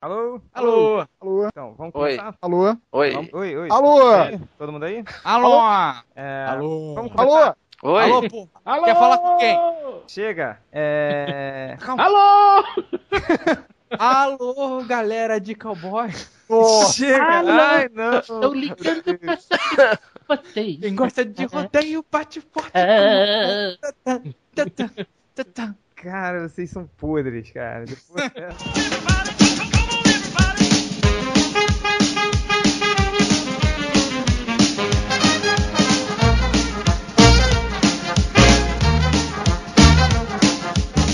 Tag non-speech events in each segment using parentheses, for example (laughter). Alô? Alô? Alô? Então, vamos Oi. começar? Alô? Oi. Vamos- Oi, oi. Todo Alô? mundo aí? Todo mundo aí? Alô? É, Alô? Vamos começar. Alô? Oi. Alô, porra. Quer falar com quem? Chega. É... Calma. Alô? Alô, galera de cowboy. Chega. Alô? Ai, não. Estou ligando pra vocês. Quem gosta de rodeio, bate forte. Ah, Tá, tá, tá, tá. Cara, vocês são podres, cara. Depois...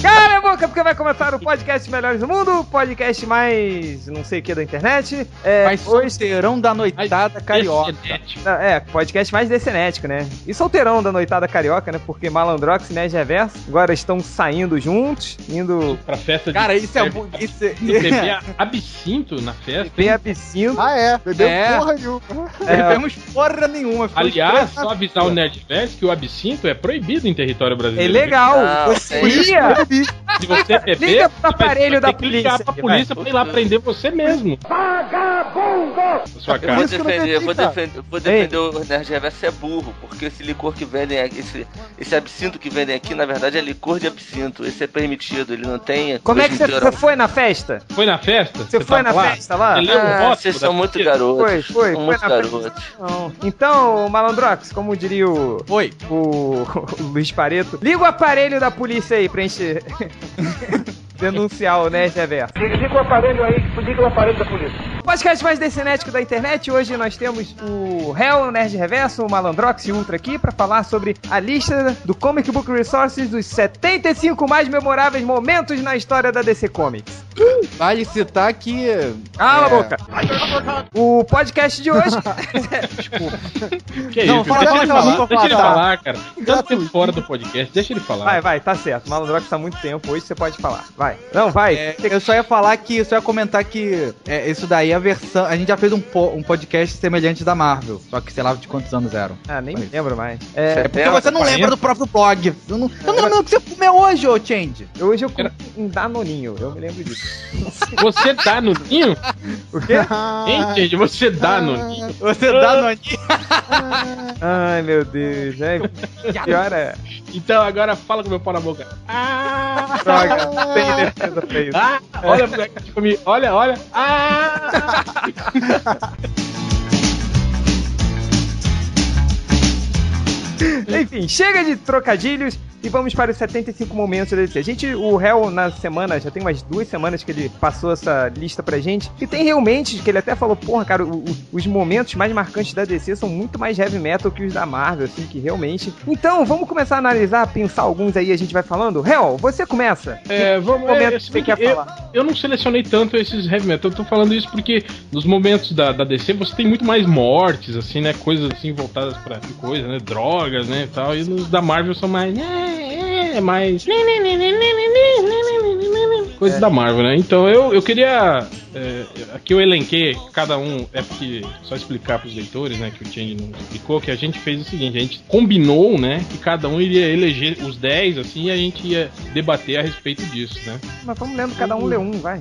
Cara, a boca, porque vai começar o podcast Melhores do Mundo, o podcast mais não sei o que da internet. É, Mas solteirão da noitada carioca. excelente. Não, é, podcast mais decenético, né? E solteirão da noitada carioca, né? Porque Malandrox e Nerd Reverso agora estão saindo juntos, indo Pra festa (laughs) de Cara, isso é... bom. mu- Isso é... Beber absinto na festa. bem hein? absinto. Ah, é? Bebeu É. porra nenhuma. É, Bebemos porra nenhuma. ficou Aliás, estranho. só avisar o Nerdverse que o absinto é proibido em território é brasileiro. legal. Não, você tem- ia, Se você beber, liga você pro vai- aparelho vai da ter que ligar polícia. pra polícia pra ir lá prender você mesmo. Vagabundo! Sua Eu vou cara. isso que eu não defender, eu vou entendi, defender, eu vou defender o Nerd Reverso é burro, porque esse licor que vendem, aqui- esse, esse absinto que vendem aqui, na verdade, é licor de absinto. Esse é permitido, ele não tem. Como é que você, você colesterol. foi na festa? Foi na festa? Você, foi tava na lá? festa lá? Você leu o Ah, rótulo vocês da são muito festa? garotos. Foi, foi, são foi muito na garotos. Não. Então, Malandrox, como diria o, Foi. o, o Luiz Pareto, liga o aparelho da polícia aí (laughs) pra gente denunciar o Nerd Reverso. Liga o aparelho aí, liga o aparelho da polícia. Podcast mais decinético da internet. Hoje nós temos o Hell, o Nerd Reverso, o Malandrox e o Ultra aqui para falar sobre a lista do Comic Book Resources dos 75 mais memoráveis momentos na história da DC Comics. Vale citar que... Cala a É. boca! O podcast de (laughs) hoje. Desculpa. Que Não, isso? fala- deixa fala ele que eu falar, vou deixa ele falar. falar, cara. Tanto tempo Gratuito. fora do podcast, deixa ele falar. Vai, vai, tá certo. O Malandrox tá há muito tempo hoje, você pode falar. Vai. Não, vai. É, eu só ia falar que, só ia comentar que é, isso daí é a versão. A gente já fez um, po- um podcast semelhante da Marvel, só que sei lá de quantos anos eram. Ah, nem Vai. lembro mais. É, É porque você não 40? lembra do próprio blog. Eu não, eu não lembro o que você comeu hoje, ô Change. hoje eu comi um danoninho, eu me lembro disso. Você dá no ninho? O quê? Ah. Hein, gente? Você dá no ninho? Você dá noninho. (laughs) Ai, meu Deus. É, pior é. Então agora fala com meu pau na boca. Ah! Droga, não tem defesa pra isso. Ah, olha pra cá, tipo, me- olha, olha. Ah! Enfim, chega de trocadilhos e vamos para os 75 momentos da DC. A gente, o Hell, na semana, já tem umas duas semanas que ele passou essa lista pra gente. E tem realmente, que ele até falou, porra, cara, o- o- os momentos mais marcantes da DC são muito mais heavy metal que os da Marvel, assim, que realmente. Então, vamos começar a analisar, pensar alguns aí, a gente vai falando. Hell, você começa. É, vamos Momento é, que você eu- quer falar. Eu não selecionei tanto esses heavy metal. Eu tô falando isso porque nos momentos da, da DC você tem muito mais mortes, assim, né? Coisas assim voltadas pra coisa, né? Drogas, né? E tal. E nos da Marvel são mais. É, é, mais. né, Coisas da Marvel, né? Então eu, eu queria. é, aqui eu elenquei cada um. É porque. Só explicar pros leitores, né? Que o Change não explicou. Que a gente fez o seguinte: a gente combinou, né? Que cada um iria eleger os 10, assim. E a gente ia debater a respeito disso, né? Mas vamos lendo, cada um lê um, vai.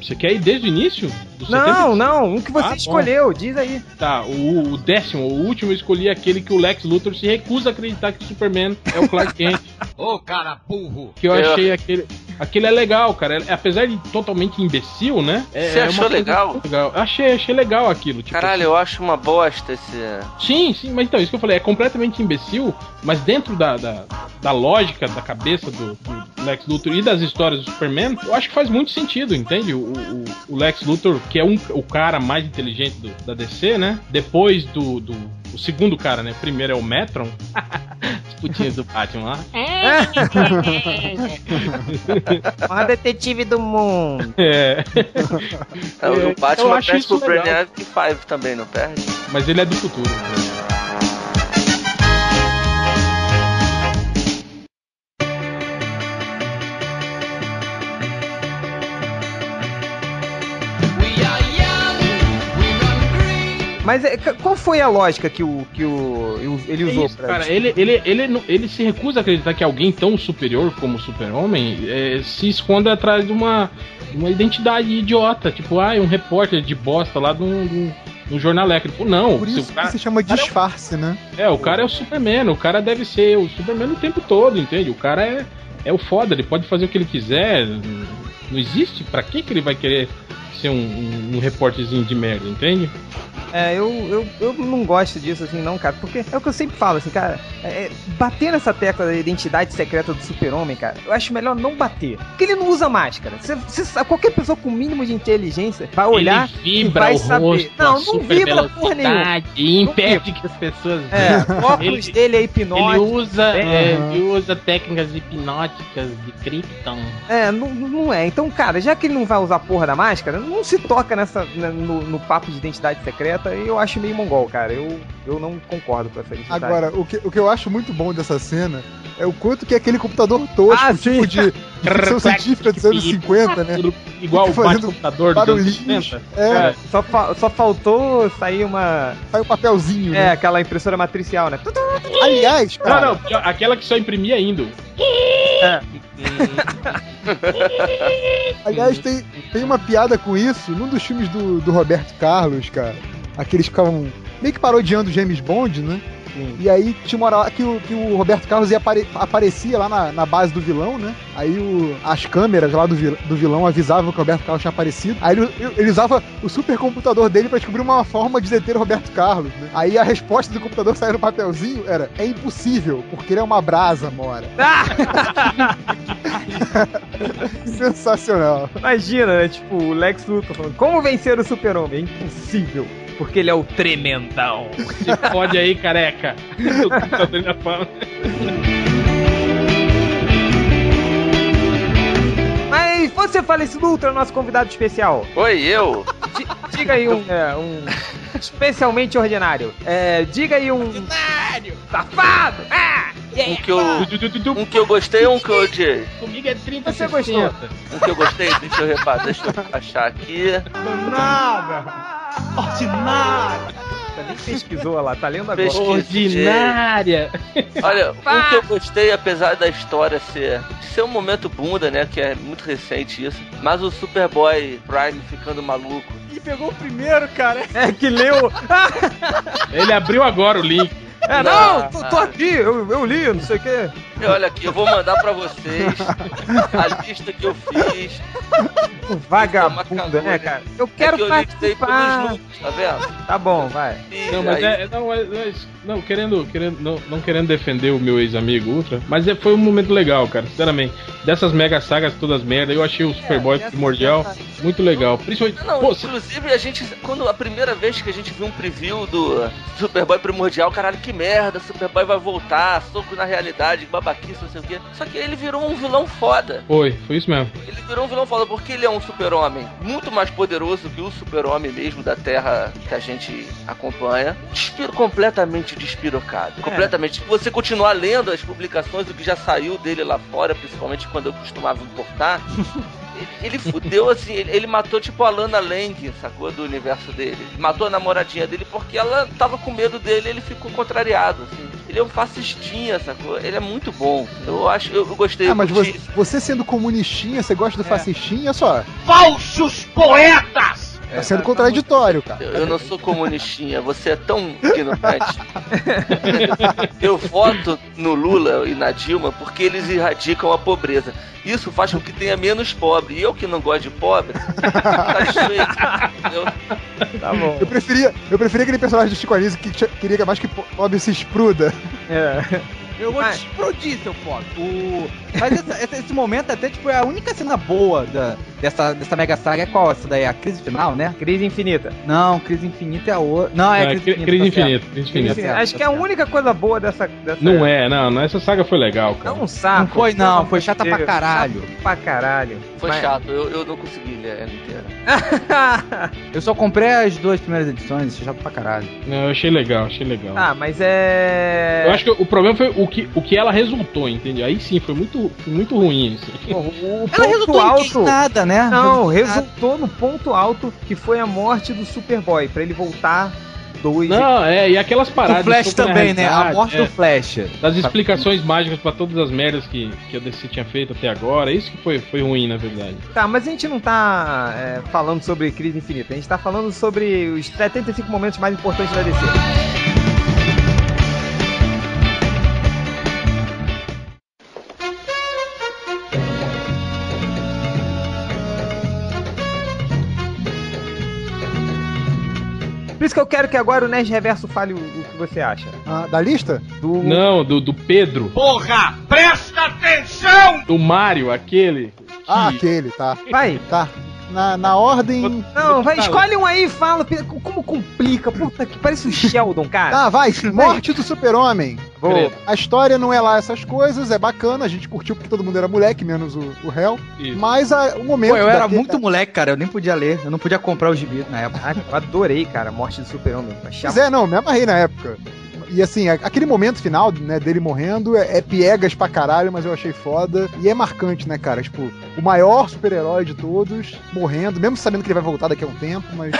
Você quer ir desde o início? Do Não, 75? não, um que você Ah, bom. escolheu, diz aí. Tá, o, o décimo, o último, eu escolhi aquele que o Lex Luthor se recusa a acreditar que o Superman é o (laughs) Clark Kent. Ô, cara burro. Que eu Eu- achei aquele. Aquele é legal, cara. É- Apesar de totalmente imbecil, né? É, Você é uma achou coisa legal? legal? Achei, achei legal aquilo. Tipo, Caralho, eu acho uma bosta esse. é, Sim, sim, mas então, isso que eu falei, é completamente imbecil, mas dentro da, da, da lógica da cabeça do, do Lex Luthor e das histórias do Superman, eu acho que faz muito sentido, entende? O, o, o Lex Luthor, que é um, o cara mais inteligente do- da DC, né? Depois do, do. O segundo cara, né? Primeiro é o Metron. (laughs) As putinhas do Batman lá. É. Maior detetive do mundo. É. Ah, Eu- O Batman eu acho perde isso pro legal. Brainiac e Five também, não perde? Mas ele é do futuro. né? Mas é, ca- qual foi a lógica que, o, que o, eu- ele É usou isso, pra cara, ele, ele, ele, não- ele se recusa a acreditar que alguém tão superior como o super-homem é, se esconda atrás de uma, de uma identidade idiota. Tipo, ah, é um repórter de bosta lá de um, de um- de um jornaleco. Ele falou, não, Por se isso o que cara, se chama disfarce, né? é, o cara é o Superman, o cara deve ser o Superman o tempo todo, entende? O cara é, é o foda, ele pode fazer o que ele quiser. Não existe, pra que, que ele vai querer ser um, um, um repórterzinho de merda, entende? É, eu, eu, eu não gosto disso, assim, não, cara. Porque é o que eu sempre falo, assim, cara. é, é, bater nessa tecla da identidade secreta do super-homem, cara, eu acho melhor não bater. Porque ele não usa máscara. Cê- cê sa- qualquer pessoa com o mínimo de inteligência vai olhar. ele e vibra vai o saber. rosto, Não, a não super vibra porra velocidade, e impede que as pessoas É, (laughs) o óculos Ele- dele é Ele hipnótico. usa, É. é, ele usa técnicas hipnóticas de Krypton. É, não, não é. Então, cara, já que ele não vai usar a porra da máscara, não se toca nessa, na- no, no papo de identidade secreta. Eu acho meio mongol, cara. Eu, eu não concordo com essa identidade. Agora, o que, o que eu acho muito bom dessa cena é o quanto que aquele computador tosco, Ah, tipo de, de ficção científica dos anos 50, né? (laughs) Igual o Fica fazendo computador dos anos Barulhinhos. 60. É, É. Só, fa- só faltou sair uma. sai um papelzinho, É, né? aquela impressora matricial, né? Tutu! Aliás, Não, cara, não, pior, aquela que só imprimia indo. aliás, tem, tem uma piada com isso num dos filmes do, do Roberto Carlos, cara. Aqueles que ficavam meio que parodiando o James Bond, né? E aí tinha uma hora lá que o, que o Roberto Carlos ia apare- aparecia lá na, na base do vilão, né? Aí o- as câmeras lá do, vil- do vilão avisavam que o Roberto Carlos tinha aparecido. Aí ele, ele usava o supercomputador dele pra descobrir uma forma de deter o Roberto Carlos, né? Aí a resposta do computador saía no papelzinho era é impossível, porque ele é uma brasa, mora. (laughs) Sensacional. Imagina, né? Tipo, o Lex Luthor falando: Como vencer o Super-Homem? É impossível. Porque ele é o tremendão. Se fode aí, careca. O computador ainda fala. Mas você fala isso do Ultra, é nosso convidado especial. Oi, eu? Di- diga aí um. é, um especialmente ordinário. É, diga aí um. Ordinário! Safado! Ah! Um que eu, um que eu gostei ou um que eu odiei? Comigo é 30 Você gostou? Um que eu gostei, (laughs) deixa eu reparar, deixa eu achar aqui. Você nem pesquisou lá, tá lendo agora. Pesquisei. Ordinária. Olha, um que eu gostei, apesar da história ser, ser um momento bunda, né? Que é muito recente isso. Mas o Superboy Prime ficando maluco. E pegou o primeiro, cara. É que leu. Ah, Ele abriu agora o link. é, não, tô, tô aqui, eu, eu li, não sei o quê. E olha aqui, eu vou mandar pra vocês a lista que eu fiz. Vagabunda, né, cara? Eu quero é que eu listei pelos participar. números, tá vendo? Tá bom, vai. E Não, mas aí- é, é- não, é- não, é isso. não, querendo, querendo não, não querendo defender o meu ex-amigo Ultra, mas é- foi um momento legal, cara, sinceramente. Dessas mega sagas todas merda, eu achei o É, Superboy primordial muito legal. Principalmente, Não, pô, se- inclusive a gente, quando a primeira vez que a gente viu um preview do Superboy Primordial, caralho, que merda, Superboy vai voltar, soco na realidade, babaquice, não sei o quê. Só que ele virou um vilão foda. foi, foi isso mesmo. Ele virou um vilão foda porque ele é um super-homem muito mais poderoso que o super-homem mesmo da Terra que a gente acompanha. Despiro, completamente É. despirocado. Completamente. Se você continuar lendo as publicações, o que já saiu dele lá fora, principalmente quando eu costumava (laughs) importar, ele- ele fudeu assim, ele, ele matou tipo a Lana Lang, sacou? Do universo dele. Matou a namoradinha dele porque ela tava com medo dele ele ficou contrariado, assim. Ele é um fascistinha, sacou? Ele é muito bom. Eu acho, eu, eu gostei. Ah, mas eu curti. você, você sendo comunistinha, você gosta É. do fascistinha, só. Falsos poetas! Tá sendo contraditório, cara. Eu, eu não sou comunistinha, você é tão ignorante. eu voto no Lula e na Dilma porque eles erradicam a pobreza. Isso faz com que tenha menos pobre. E eu que não gosto de pobre, satisfeito. entendeu? Tá bom. Eu preferia, eu preferia aquele personagem do Chico Anísio que tinha- queria que mais que pobre se espruda. É. Eu vou Mas- te explodir, seu pobre. O... Mas essa- (laughs) essa- esse momento até, tipo, é a única cena boa da, dessa, dessa mega saga. É qual essa daí? A crise final, né? Crise infinita. Não, crise infinita é a outra. Não, é, É, a cri- crise infinita. crise tá certo. infinita, crise infinita. Assim, acho que é a única coisa boa dessa. dessa Não é, não, não, essa saga foi legal, É cara. um saco. Não Ah, foi não, foi chata Deus, pra caralho. chato Pra (laughs) caralho. Foi Mas- chato, eu, eu não consegui ler ela inteira. Eu só comprei as duas primeiras edições, isso é chato pra caralho. Não, eu achei legal, achei legal. ah, mas é. Eu acho que o problema foi o que, o que ela resultou, entende? Aí sim, foi muito, foi muito ruim, assim. Pô, o ponto alto. nada, né? Não, resultou no ponto alto que foi a morte do Superboy, pra ele voltar 2. Não, é, e aquelas paradas. o Flash sobre a também, né? A realidade, morte é, do Flash. Das explicações mágicas pra todas as merdas que, que a DC tinha feito até agora. Isso que foi, foi ruim, na verdade. Tá, mas a gente não tá é, falando sobre crise infinita, a gente tá falando sobre os 75 momentos mais importantes da DC. Por isso que eu quero que agora o Nerd Reverso fale o, o que você acha. Ah, da lista? Do. Não, do, do Pedro, Porra, presta atenção! do Mário, aquele. Ah, que- aquele, tá. Vai! Tá. Na, na ordem. Não, vai, escolhe um aí e fala. pe- Como complica? Puta que parece o Sheldon, cara. Tá, vai. Morte do Super-Homem. Vou. Credo. A história não é lá essas coisas, é bacana, a gente curtiu porque todo mundo era moleque, menos o, o réu. Isso. Mas a- o momento. Pô, eu da era te- muito moleque, cara. Eu nem podia ler. Eu não podia comprar o gibi na época. Caraca, eu adorei, cara, a morte do super-homem. Achei Pois é, não, me amarrei na época. E assim, a- aquele momento final, né, dele morrendo, é, é piegas pra caralho, mas eu achei foda. E é marcante, né, cara? Tipo, o maior super-herói de todos, morrendo, mesmo sabendo que ele vai voltar daqui a um tempo, mas.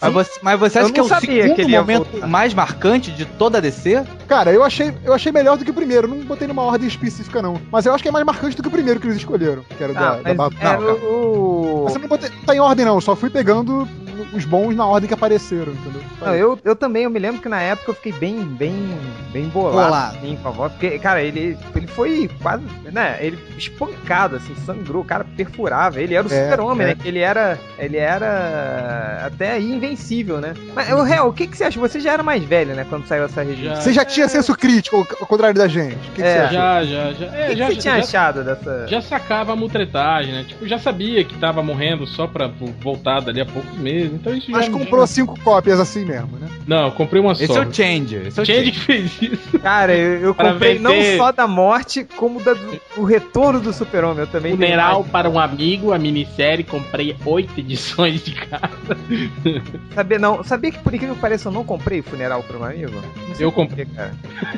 Mas você, mas você Eu acha que é não o sabia segundo que ele ia momento voltar. mais marcante de toda a DC? Cara, eu achei, eu achei melhor do que o primeiro. Não botei numa ordem específica, não. Mas eu acho que é mais marcante do que o primeiro que eles escolheram, que era o Ah, da, da mas Bat- é, Não, cara. o- o- Mas eu não, botei, não tá em ordem, não. Eu Só fui pegando os bons na ordem que apareceram, entendeu? Não, eu, eu também, eu me lembro que na época eu fiquei bem, bem, bem bolado, Bolado. assim, com a voz, porque, cara, ele, ele foi quase, né, ele espancado, assim, sangrou, o cara perfurava, ele era o É, super-homem, é. né, ele era, ele era até aí invencível, né. Mas, o Real, o que que você acha? Você já era mais velho, né, quando saiu essa revista. Já- Você já tinha senso crítico, ao ao contrário da gente. O que, que É. você achou? Já, já, já. O É, que, que já, você tinha já, achado dessa... já sacava a mutretagem, né? Tipo, já sabia que tava morrendo só pra voltar dali a poucos meses. Então isso Mas já. comprou cinco cópias assim mesmo, né? Não, eu comprei uma Esse só. é o Change. Esse é o Change Change. que fez isso. né? Cara, eu, eu Pra comprei não vender. só da morte, como da, do, o retorno do super-homem, eu também... tenho Funeral para um amigo, a minissérie, comprei oito edições de cara. mais. Sabia, não, sabia que, por incrível que pareça, eu não comprei funeral para um amigo? Não sei Eu por quê, cara.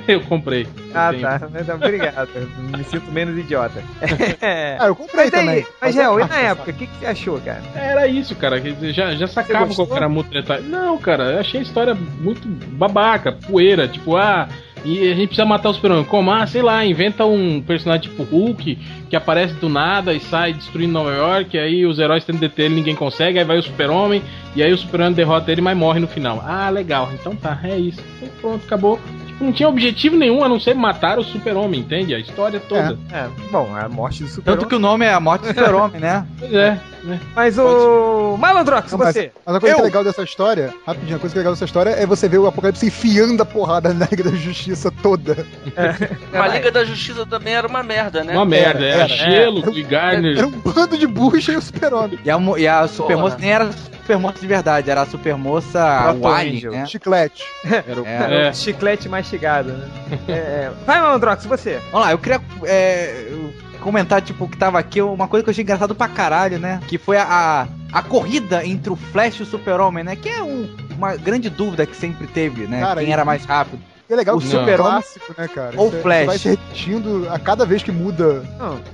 Eu comprei. Ah, Tem. tá. Mas, Obrigado. (laughs) Me sinto menos idiota. (laughs) É. Ah, eu comprei Mas aí, também. mas é Real, e parte na dessa- época, o que, que você achou, cara? Era isso, cara. quer dizer, Já, já sacava Você gostou? qual que era a mutretagem. Não, cara, eu achei a história muito babaca, poeira. Tipo, ah, e a gente precisa matar o super-homem. Como? Ah, sei lá, inventa um personagem tipo Hulk que aparece do nada e sai destruindo Nova York. e aí os heróis tentam deter ele, ninguém consegue. Aí vai o super-homem e aí o super-homem derrota ele, mas morre no final. Ah, legal. Então tá, é isso. Então pronto, acabou. Tipo, não tinha objetivo nenhum a não ser matar o super-homem, entende? A história toda. É, bom, a morte do super Tanto que o nome é A Morte do Super-Homem, né? Pois é, né? Mas o. Malandrox, Não, mas, você! mas a coisa que Eu? é legal dessa história, rapidinho, a coisa que é legal dessa história é você ver o Apocalipse enfiando a porrada na Liga da Justiça toda. É, Mas a Liga da Justiça também era uma merda, né? Uma merda. Era, era, gelo, é. e Garner. Era um bando de bucha e o super-homem. E a, mo- e a Supermoça Porra. nem era Supermoça de verdade, era a Supermoça Proto Wine, Angel. né? Chiclete. Era o- É. é. O Chiclete mastigado, né? (laughs) É, é. Vai, Malandrox, você! Vamos lá, eu queria é, eu comentar, tipo, o que tava aqui, uma coisa que eu achei engraçado pra caralho, né? Que foi a, a, a corrida entre o Flash e o Super-Homem, né? Que é um- uma grande dúvida que sempre teve, né? Cara, Quem e- era mais rápido. Que é legal O que Super-Homem clássico, né, cara? ou Isso é- isso Flash. Vai se repetindo a cada vez que muda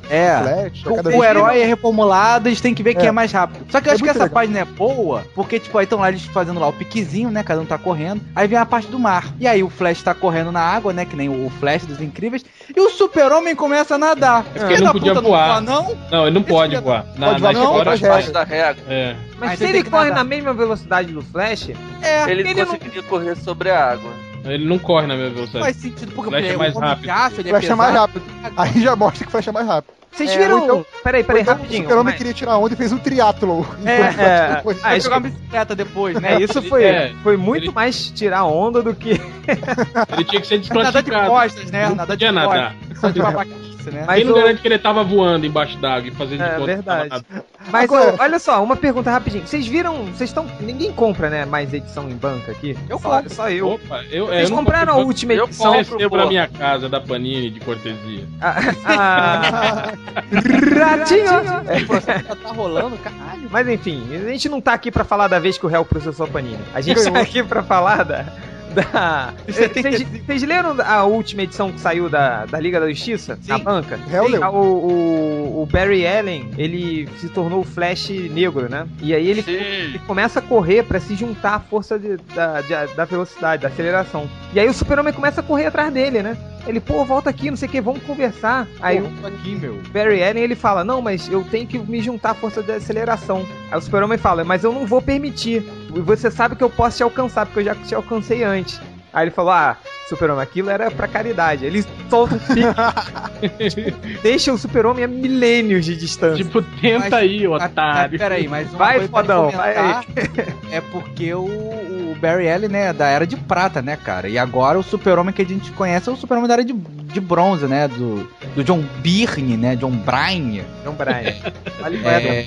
É. Flash. a cada O, vez o que- herói é reformulado, eles têm que ver quem É. é mais rápido. Só que eu É acho que muito essa legal. página é boa, porque, tipo, aí estão lá eles fazendo lá o piquezinho, né? Cada um tá correndo. Aí vem a parte do mar. E aí o Flash tá correndo na água, né? Que nem o Flash dos Incríveis. E o Super-Homem começa a nadar. É, porque ele não podia voar. não voa, não? Não, ele não Esse pode filho voar. Na, Pode voar, na não, história. mas parte da regra. É. Mas se Ah, então ele tem que corre nadar. na mesma velocidade do Flash, É, Ele, Ele não- conseguiria correr sobre a água. Ele não corre na mesma não velocidade. faz sentido, porque Flash é mais o homem rápido. de aço, ele é Flash é mais pesado. rápido. Aí já mostra que Flash é mais rápido. vocês É, viram. ou então- peraí, peraí, Então, o rapidinho. super-homem mas- queria tirar onda e fez um triatlon. É, (laughs) Enquanto Flash é. foi- Ah, Vai isso- jogar uma bicicleta depois, né? É, isso foi, É. foi muito mais tirar onda do que. Ele tinha que ser Nadar de desclassificado. costas, né? Não Nadar de podia nadar. costas. Só de babaquice, né? Mas Quem não o- garante que ele tava voando embaixo d'água e fazendo É de conta que tava verdade. nadando? Mas Agora- ô, olha só, uma pergunta rapidinho. Vocês viram. Vocês estão. Ninguém compra, né? Mais edição em banca aqui. Eu só, compro. só eu. Opa, eu, é, Vocês eu não compraram a compro- última eu Eu edição. compro. recebo Porra. na minha casa da Panini de cortesia. (laughs) Ah, ah, ratinho. É, O processo já tá rolando, caralho. (laughs) Mas enfim, a gente não tá aqui pra falar da vez que o réu processou a Panini. A gente Ganhou. tá aqui pra falar da, da. é Vocês vocês leram a última edição que saiu da, da Liga da Justiça? Sim. Na banca? Hell Sim. no. Ah, O, o, o Barry Allen, ele se tornou o Flash negro, né? E aí ele, ele Sim. começa a correr pra se juntar à força de- da, de- da velocidade, da aceleração. E aí o super-homem começa a correr atrás dele, né? Ele, pô, volta aqui, não sei o que, vamos conversar. Aí o Pô, aqui, meu. Barry Allen, ele fala, não, mas eu tenho que me juntar à força da aceleração. Aí o super-homem fala, mas eu não vou permitir. E Você sabe que eu posso te alcançar, porque eu já te alcancei antes. Aí ele falou, ah, super-homem, aquilo era pra caridade. Ele solta (laughs) um pique, deixa o super-homem a milênios de distância. Tipo, tenta Mas- aí, Ah, otário. ah, Peraí, mas uma Vai, coisa pra fodão, comentar (laughs) É porque o, o Barry Allen, né, é da Era de Prata, né, cara? E agora o super-homem que a gente conhece é o super-homem da Era de, de Bronze, né? Do, do John Byrne, né? John Bryan. Não, Brian. Olha É,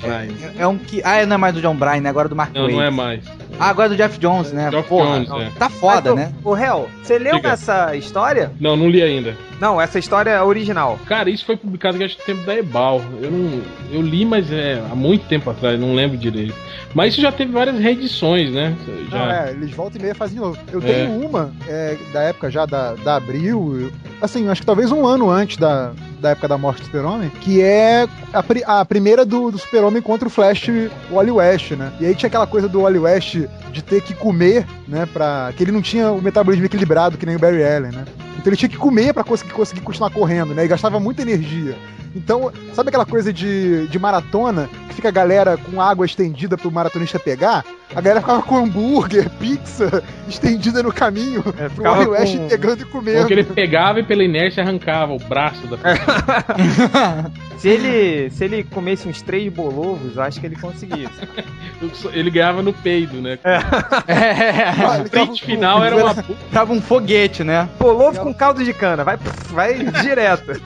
é... É- É um que... Ah, é, não é mais do John Bryan, né? Agora é do Mark Não, Wade. não é mais. Ah, agora é do Jeff Jones, né? Jeff Jones, não. é. Tá foda, (laughs) né? Ô, réu, você leu Diga. essa história? Não, não li ainda. Não, essa história é original. Cara, isso foi publicado acho, no tempo da Ebal. Eu, não, eu li, mas é, há muito tempo atrás, não lembro direito. Mas isso já teve várias reedições, né? Já. Não, é, eles voltam e meia fazem de novo. Eu É. tenho uma, é, da época já da, da Abril, eu- assim, acho que talvez um ano antes da, da época da morte do Super-Homem, que é a, pri- a primeira do, do Super-Homem contra o Flash, o Wally West, né? E aí tinha aquela coisa do Wally West de ter que comer, né, pra... que ele não tinha o metabolismo equilibrado que nem o Barry Allen, né? Então ele tinha que comer pra conseguir, conseguir continuar correndo, né? E gastava muita energia. Então, sabe aquela coisa de, de maratona, que fica a galera com água estendida pro maratonista pegar? A galera ficava com hambúrguer, (laughs) pizza, estendida no caminho, É, pro Wally West com- pegando e Porque comendo. ele pegava e pela inércia arrancava o braço É. da Se ele, se ele comesse uns três bolovos, eu acho que ele (laughs) conseguia. Ele ganhava no peido, né? É, Ah, O ele então, tava print com- final era uma Tava um foguete, né? Bolovo com caldo de cana, vai, vai direto.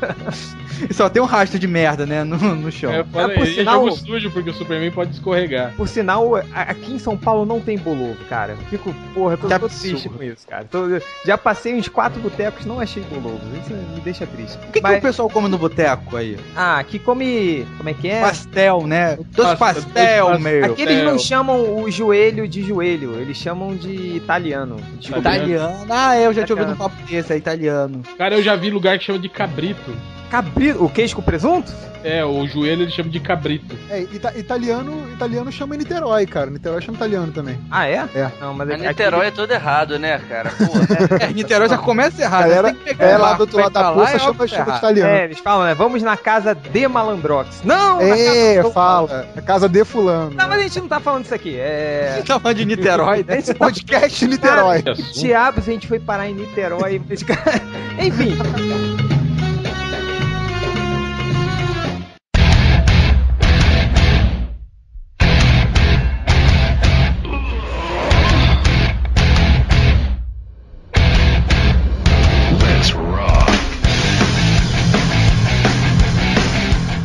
E só tem um rastro de merda, né? No, no chão. É, fala, por aí, é sinal- jogo sujo, porque o Superman pode escorregar. Por sinal, a- aqui em São Paulo não tem bolovo, cara. Eu Fico, porra, eu tô, Que tô absurdo. triste com isso, cara. Tô- eu já passei uns quatro botecos não achei bolovo. Isso me deixa triste. O que, que Mas- o pessoal come no boteco aí? Ah, aqui come. Como é que é? Pastel, né? Doce Pasta- pastel, doce meu. Aqui eles não Pastel. chamam o joelho de joelho, eles chamam de italiano. Tá De Italiano. Italiano. Ah, eu já tinha ouvido um papo desse, é italiano. Cara, eu já vi lugar que chama de cabrito. cabrito. O queijo com presunto? É, o joelho ele chama de cabrito. É, ita- italiano, italiano chama em Niterói, cara. Niterói chama italiano também. Ah, é? É. Não, mas A aqui- Niterói é todo errado, né, (laughs) cara? Porra. (laughs) É, Niterói já começa errado. Galera, tem que pegar É um lá barco do outro pra lado ir pra da lá, força é chama, óbvio chama errado. É, italiano. eles falam, né? Vamos na casa de Malandrox. Não, na É, casa do- fala. A casa de fulano. Não, mas a gente não tá falando isso aqui. É. Tá falando de Niterói, né? Esse Podcast Niterói. Esse assunto. diabos a gente foi parar em (laughs) Niterói. (laughs) Esse cara- Enfim.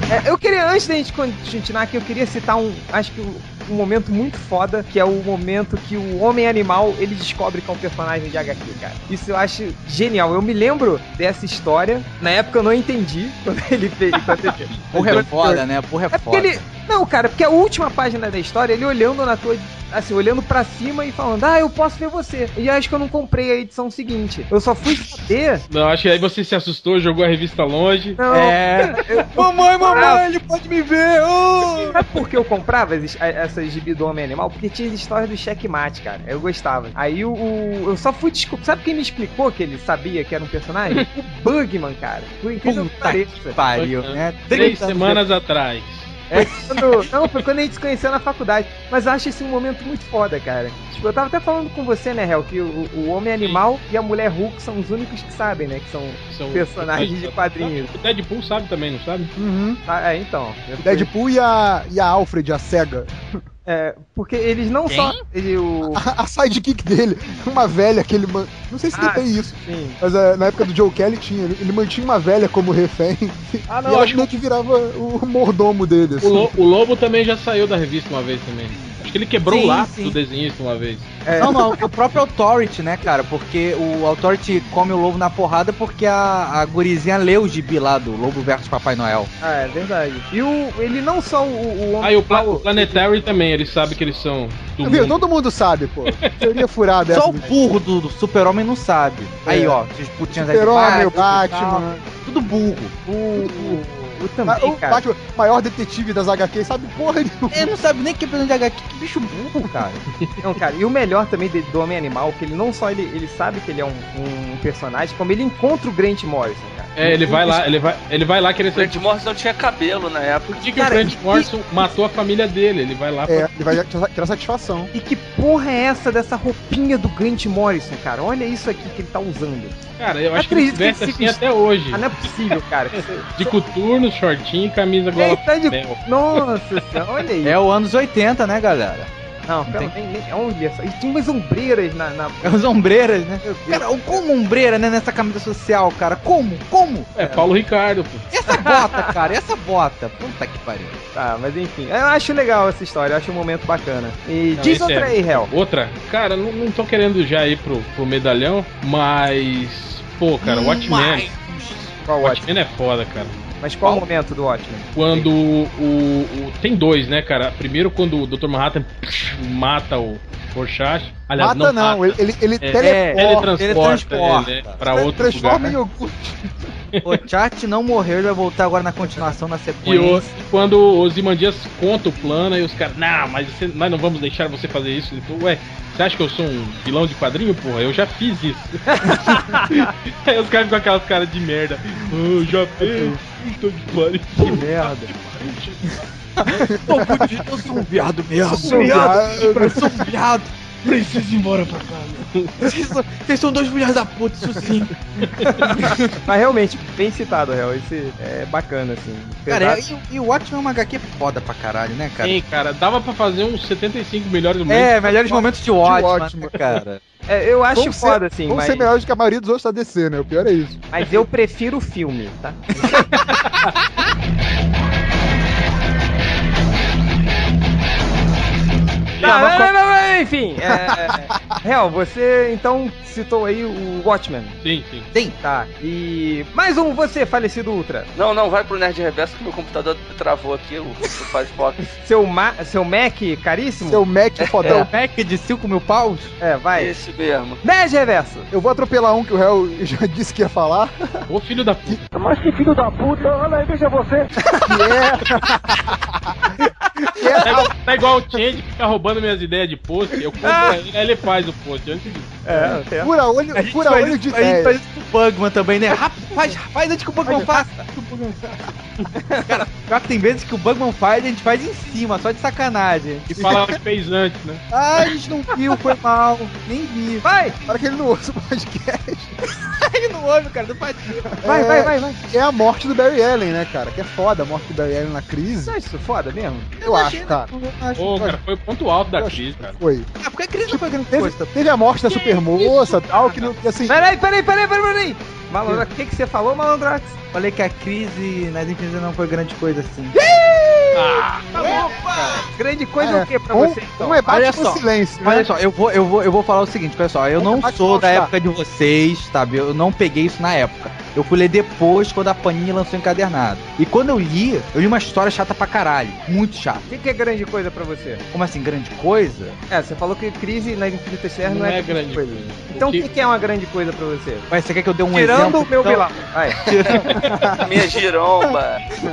É, Eu queria, antes da gente continuar aqui, eu queria citar um, acho que um, um momento muito foda, que é o momento que o Homem Animal, ele descobre que é um personagem de HQ, cara. Isso eu acho genial. Eu me lembro dessa história, na época eu não entendi (laughs) quando ele fez. quando ele- Porra é foda, né? Porra é É porque foda. ele. Não, cara, porque a última página da história, ele olhando na tua. Assim, olhando pra cima e falando, ah, eu posso ver você. E acho que eu não comprei a edição seguinte. Eu só fui saber. Não, acho que aí você se assustou, jogou a revista longe. Não, É. Mamãe, mamãe, ele pode me ver! ô! Sabe por que eu comprava esses- a- essas gibi do Homem Animal? Porque tinha as histórias do checkmate, cara. Eu gostava. Aí o. o- eu só fui descobrir. Sabe quem me explicou que ele sabia que era um (laughs) personagem? o Bugman, cara. Por incrível que Puta pareça. que pariu, né? Três 30 anos semanas atrás. Quando- não, foi quando a gente se conheceu na faculdade. Mas eu acho esse um momento muito foda, cara. Tipo, eu tava até falando com você, né, Hel, que o, o Homem Animal e a Mulher Hulk são os únicos que sabem, né? Que são São personagens de quadrinhos. O Deadpool sabe também, não sabe? Uhum. Ah, é, então. Deadpool e a, e a Alfred, a cega. É, porque eles não só. Ele, o, A, a sidekick dele, uma velha que ele. man- Não sei se ainda Ah. tem isso, enfim. mas é, na época do Joe Kelly tinha. Ele, ele mantinha uma velha como refém. Ah, e não, ela acho que meio que virava o mordomo dele. o, Assim. Lo- o Lobo também já saiu da revista uma vez também. Acho Acho que ele quebrou Sim, o lápis sim. do desenhista uma vez. Não, não, o próprio Authority, né, cara? Porque o Authority come o lobo na porrada porque a, a gurizinha leu o gibi lá do Lobo versus Papai Noel. Ah, é verdade. E o, ele não só o, o homem. Ah, e o, Pla Ah, o Planetary também, ele sabe que eles são do Viu? mundo. Todo mundo sabe, pô. Teoria furada é Só essa. o burro do, do super-homem não sabe. Aí, É. ó, esses putinhos aí de Super-Homem, o e Batman. tal, tudo burro. O, o, o Ah, também, O cara. Batman, maior detetive das HQ, sabe porra nenhuma. Ele não sabe nem que é presidente de HQ, que bicho burro, cara. Não, cara, e o melhor também de- do Homem Animal, que ele não só ele, ele sabe que ele é um, um personagem, como ele encontra o Grant Morrison, cara. É, ele vai lá, ele vai, ele vai lá querer O saber Grant Morrison tinha cabelo na época. por que, que Cara, o Grant e- Morrison matou a família dele. Ele vai lá É, ele vai tirar tirar satisfação. E que porra é essa dessa roupinha do Grant Morrison, cara? Olha isso aqui que ele tá usando. pra... Cara, eu acho que ele Acredito que veste ele se assim até hoje. Ah, não é possível, (laughs) cara. que você- De coturno, shortinho e camisa gola Ele tá de... pastel. Nossa senhora, olha aí. É o anos 80, né, galera? Não, pera, nem, nem, olha só. E tinha umas ombreiras na. na... É os ombreiras, né? Meu Deus. Cara, o- como ombreira, né, nessa camisa social, cara? Como? Como? É, Paulo Ricardo, pô. Essa (laughs) bota, cara, essa bota. Puta que pariu. Tá, mas enfim. Eu acho legal essa história, eu acho um momento bacana. E Não, diz esse outra é- aí, Hel. Outra, cara, não, não tô querendo já ir pro, pro medalhão, mas. Pô, cara, o Watchmen. Qual Watchmen? Watchmen é foda, cara. Mas qual o Qual? momento do Watchmen? Quando o, o- Tem dois, né, cara? Primeiro, quando o Dr. Manhattan (laughs) psh, mata o Rorschach. Aliás, Mata não, mata. ele, ele, ele É, teleporta. Ele transporta ele, teletransporta. né, pra outro lugar. transforma em iogurte. O chat não morreu, ele vai voltar agora na continuação, na E o- sequência. e quando os Imandias conta o plano, aí os caras, não, mas você- nós não vamos deixar você fazer isso. Ele falou, ué, você acha que eu sou um vilão de quadrinho? Porra, eu já fiz isso. (laughs) aí os caras com aquelas caras de merda. "Ah, Eu já fiz, puta de pariu. Que (laughs) merda. Eu sou um viado mesmo. Eu- Eu sou um viado. Preciso ir embora pra casa. Vocês são dois mulheres da puta, isso sim. Mas realmente, bem citado, Hel. Esse é bacana, assim. Cara, Apesar- e, e o Watchmen é uma HQ foda pra caralho, né, cara? Sim, cara, dava pra fazer uns 75 melhores do mundo. É, melhores momentos de Watchmen, Watchmen. né, cara. É, eu acho Vão ser- foda, assim, Vão mas, ser melhores que a maioria dos outros da DC, né? O pior é isso. mas eu prefiro o filme, (laughs) tá? Não, não, não, não, não, enfim. É, Hel, você então citou aí o Watchmen. Sim, sim. Tá. E. Mais um você, falecido Ultra. Não, não, vai pro Nerd Reverso que meu computador travou aqui, o, o Firefox. Seu, ma... Seu Mac caríssimo? Seu Mac É o fodão. pack de 5 mil paus? É, vai. Esse mesmo. Nerd Reverso. Eu vou atropelar um que o réu já (laughs) disse que ia falar. Ô filho da puta. Mas que filho da puta, olha aí, veja você. (laughs) Que é a- Tá, tá igual o Change que fica roubando minhas ideias de post. Eu conto Ah! pra ele, aí ele faz o post. Antes disso. É, tem Fura olho, fura faz olho isso- de a gente ideia. faz isso com tipo, é o Bugman também, né? Rápido, faz, faz antes que o Bugman faça. Cara, pior que tem vezes que o Bugman faz, a gente faz em cima, só de sacanagem. E fala que fez antes, né? Ah, a gente não viu, foi mal, nem vi. Vai, Para que ele não ouça o podcast. ele não ouve, cara, não faz. Vai, É- vai, vai, vai. É a morte do Barry Allen, né, cara? Que é foda a morte do Barry Allen na Você crise. acha isso foda mesmo? Eu acho, cara. Ô, cara, foi o ponto alto da Eu acho- crise, cara. Foi. Ah, porque a crise não foi grande coisa. Teve, teve a morte da supermoça e tal, que não. que assim, Peraí, peraí, peraí, peraí, peraí. Malandrox, o que, que você falou, Malandrox? Falei que a crise nas empresas não foi grande coisa assim. Ah, Grande coisa é o quê pra um, você, então? um é Batman Olha só. com silêncio, né? Olha só, eu vou, eu, vou, eu vou falar o seguinte, pessoal. Eu não Vai sou da postar. época de vocês, sabe? Eu não peguei isso na época. Eu fui ler depois, quando a Panini lançou encadernado. E quando eu li, eu li uma história chata pra caralho. Muito chata. O que, que é grande coisa pra você? Como assim, grande coisa? É, você falou que crise nas infinitas terras não é grande coisa. coisa. Então o O que... que- que é uma grande coisa pra você? Mas você quer que eu dê um Tirando exemplo? o meu então? vilão. Vai. A minha giromba. (laughs)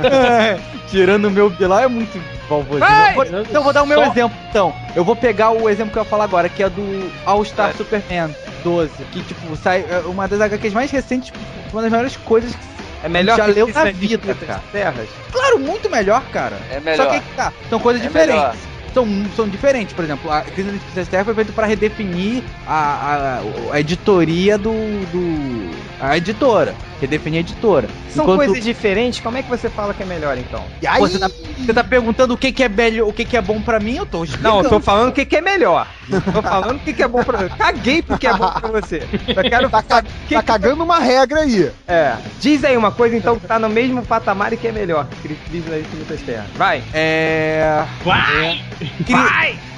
Tirando o meu pilar é muito malvozinho. Vai! Eu vou- Então eu vou dar o meu Só- exemplo, então. Eu vou pegar o exemplo que eu ia falar agora, que é do All-Star Superman 12. Que, tipo, sai é uma das HQs mais recentes, tipo, uma das maiores coisas que É melhor (laughs) Já que leu Crise na nas vida, Infinitas cara. terras? Claro, muito melhor, cara. É melhor. Só que aí que tá, são coisas É melhor. diferentes. São, são diferentes, por exemplo, a Crise das Infinitas Terras foi feita pra redefinir a, a- a editoria do, do. a editora. Redefinir a editora. São Enquanto- coisas diferentes, como é que você fala que é melhor (laughs) então? E aí, Pô, Você, tá, você tá perguntando o que, que é belho, o que, que é bom pra mim? Eu tô Não, eu tô explicando. falando o que, que é melhor. Tô falando o que, que é bom pra você. Caguei porque é bom pra você. Só quero. tá, ca- que- tá cagando uma regra aí. É. Diz aí uma coisa então que tá no mesmo patamar e que é melhor. Cri- Crise nas infinitas terras. Vai. É. Vai! Cri... (laughs)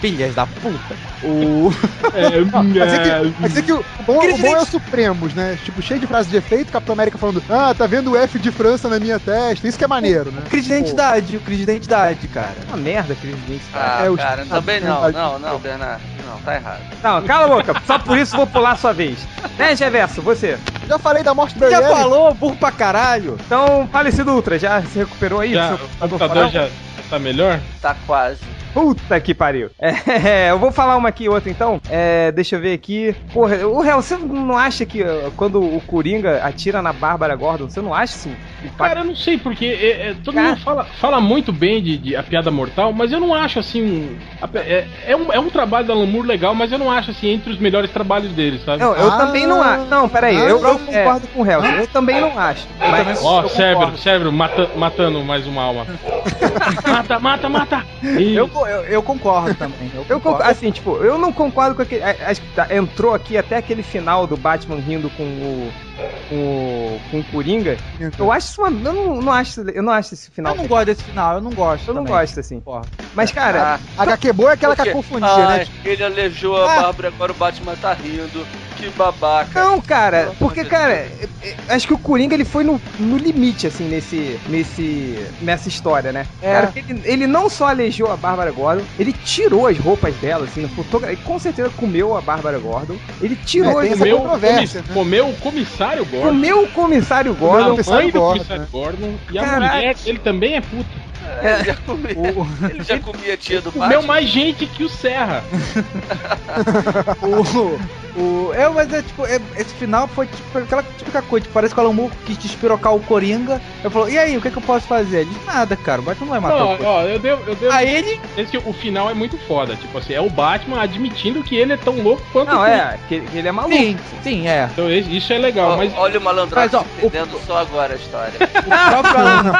Filhas da puta. O... É, Mas é que, mas é que o, o bom, Aquele o bom é direito- o Supremos, né? Tipo, cheio de frases de efeito, Capitão América falando, ah, tá vendo o F de França na minha testa, isso que é maneiro, né? Crise de identidade, o crise de identidade, cara. É Uma merda, aqueles dentes. Ah, É, os- cara, também a- não, a- não, não, Bernardo. Não, tá errado. Não, cala a boca. Só por isso vou pular a sua vez. Né, Geverso, você? Já falei da morte do Já Barry Allen. falou, burro pra caralho. Então, falecido Ultra, já se recuperou aí? já, Seu- o computador já já tá melhor? Tá quase. Puta que pariu. (laughs) É, eu vou falar uma aqui e outra então. É, deixa eu ver aqui. Porra, o Real, você não acha que ó, quando o Coringa atira na Bárbara Gordon, você não acha isso? Cara, eu não sei, porque é, é, todo Cara. mundo fala, fala muito bem de, de A Piada Mortal, mas eu não acho assim. um- a pi- é, é um, é um trabalho da Lamour legal, mas eu não acho assim entre os melhores trabalhos dele, sabe? Não, eu Ah. também não acho. Não, peraí, eu, eu Ah, é. concordo com o Real. Eu também não acho. Mas, Ó, eu cérebro, concordo. cérebro, mata- matando mais uma alma. mata, mata, mata! Isso. Eu, co- eu, eu concordo também. Eu Eu concordo, concordo. assim, tipo, eu não concordo com aquele. a- Acho que tá- entrou aqui até aquele final do Batman rindo com o. com o, com o Coringa. Eu acho isso uma. Eu não, não acho, eu não acho esse final. Eu não gosto desse final, eu não gosto. Eu não também. gosto, assim. Porra. Mas, cara, A Ah, HQ boa é aquela por quê? cacofonia, Ai, né? Ele aleijou a Ah. Bárbara, agora o Batman tá rindo. Que babaca. Não, cara, Pelo porque, amor de cara, é- é- acho que o Coringa ele foi no, no limite, assim, nesse, nesse, nessa história, né? É. Cara, porque ele, ele não só aleijou a Bárbara Gordon, ele tirou as roupas dela, assim, no fotogra... ele com certeza comeu a Bárbara Gordon, ele tirou É, tem as um essa comeu, roupas, controvérsia, comi- né? comeu o comissário Gordon. comeu o comissário a Gordon. Não, comissário mãe do Gordon, comissário né? Gordon. E a Caraca. mulher dele também é puta. Ele já comia, O- ele já comia a tia do (laughs) Comeu Batman. mais gente que o Serra. O, o, é, mas é tipo, é- esse final foi tipo, aquela típica coisa, tipo, parece que o Alan Moore quis despirocar o Coringa. Eu falou, e aí, o que, é que eu posso fazer? Ele disse, nada, cara, o Batman não vai matar Não, o Coringa. ó, eu devo. Eu devo Aí ele. Esse que o final é muito foda. Tipo assim, é o Batman admitindo que ele é tão louco quanto o Não, Coringa. é, que ele ele é maluco. Sim, sim, é. Então esse- isso é legal, Ó, mas Olha o malandragem Mas, ó, se entendendo só agora a história. O próprio Alan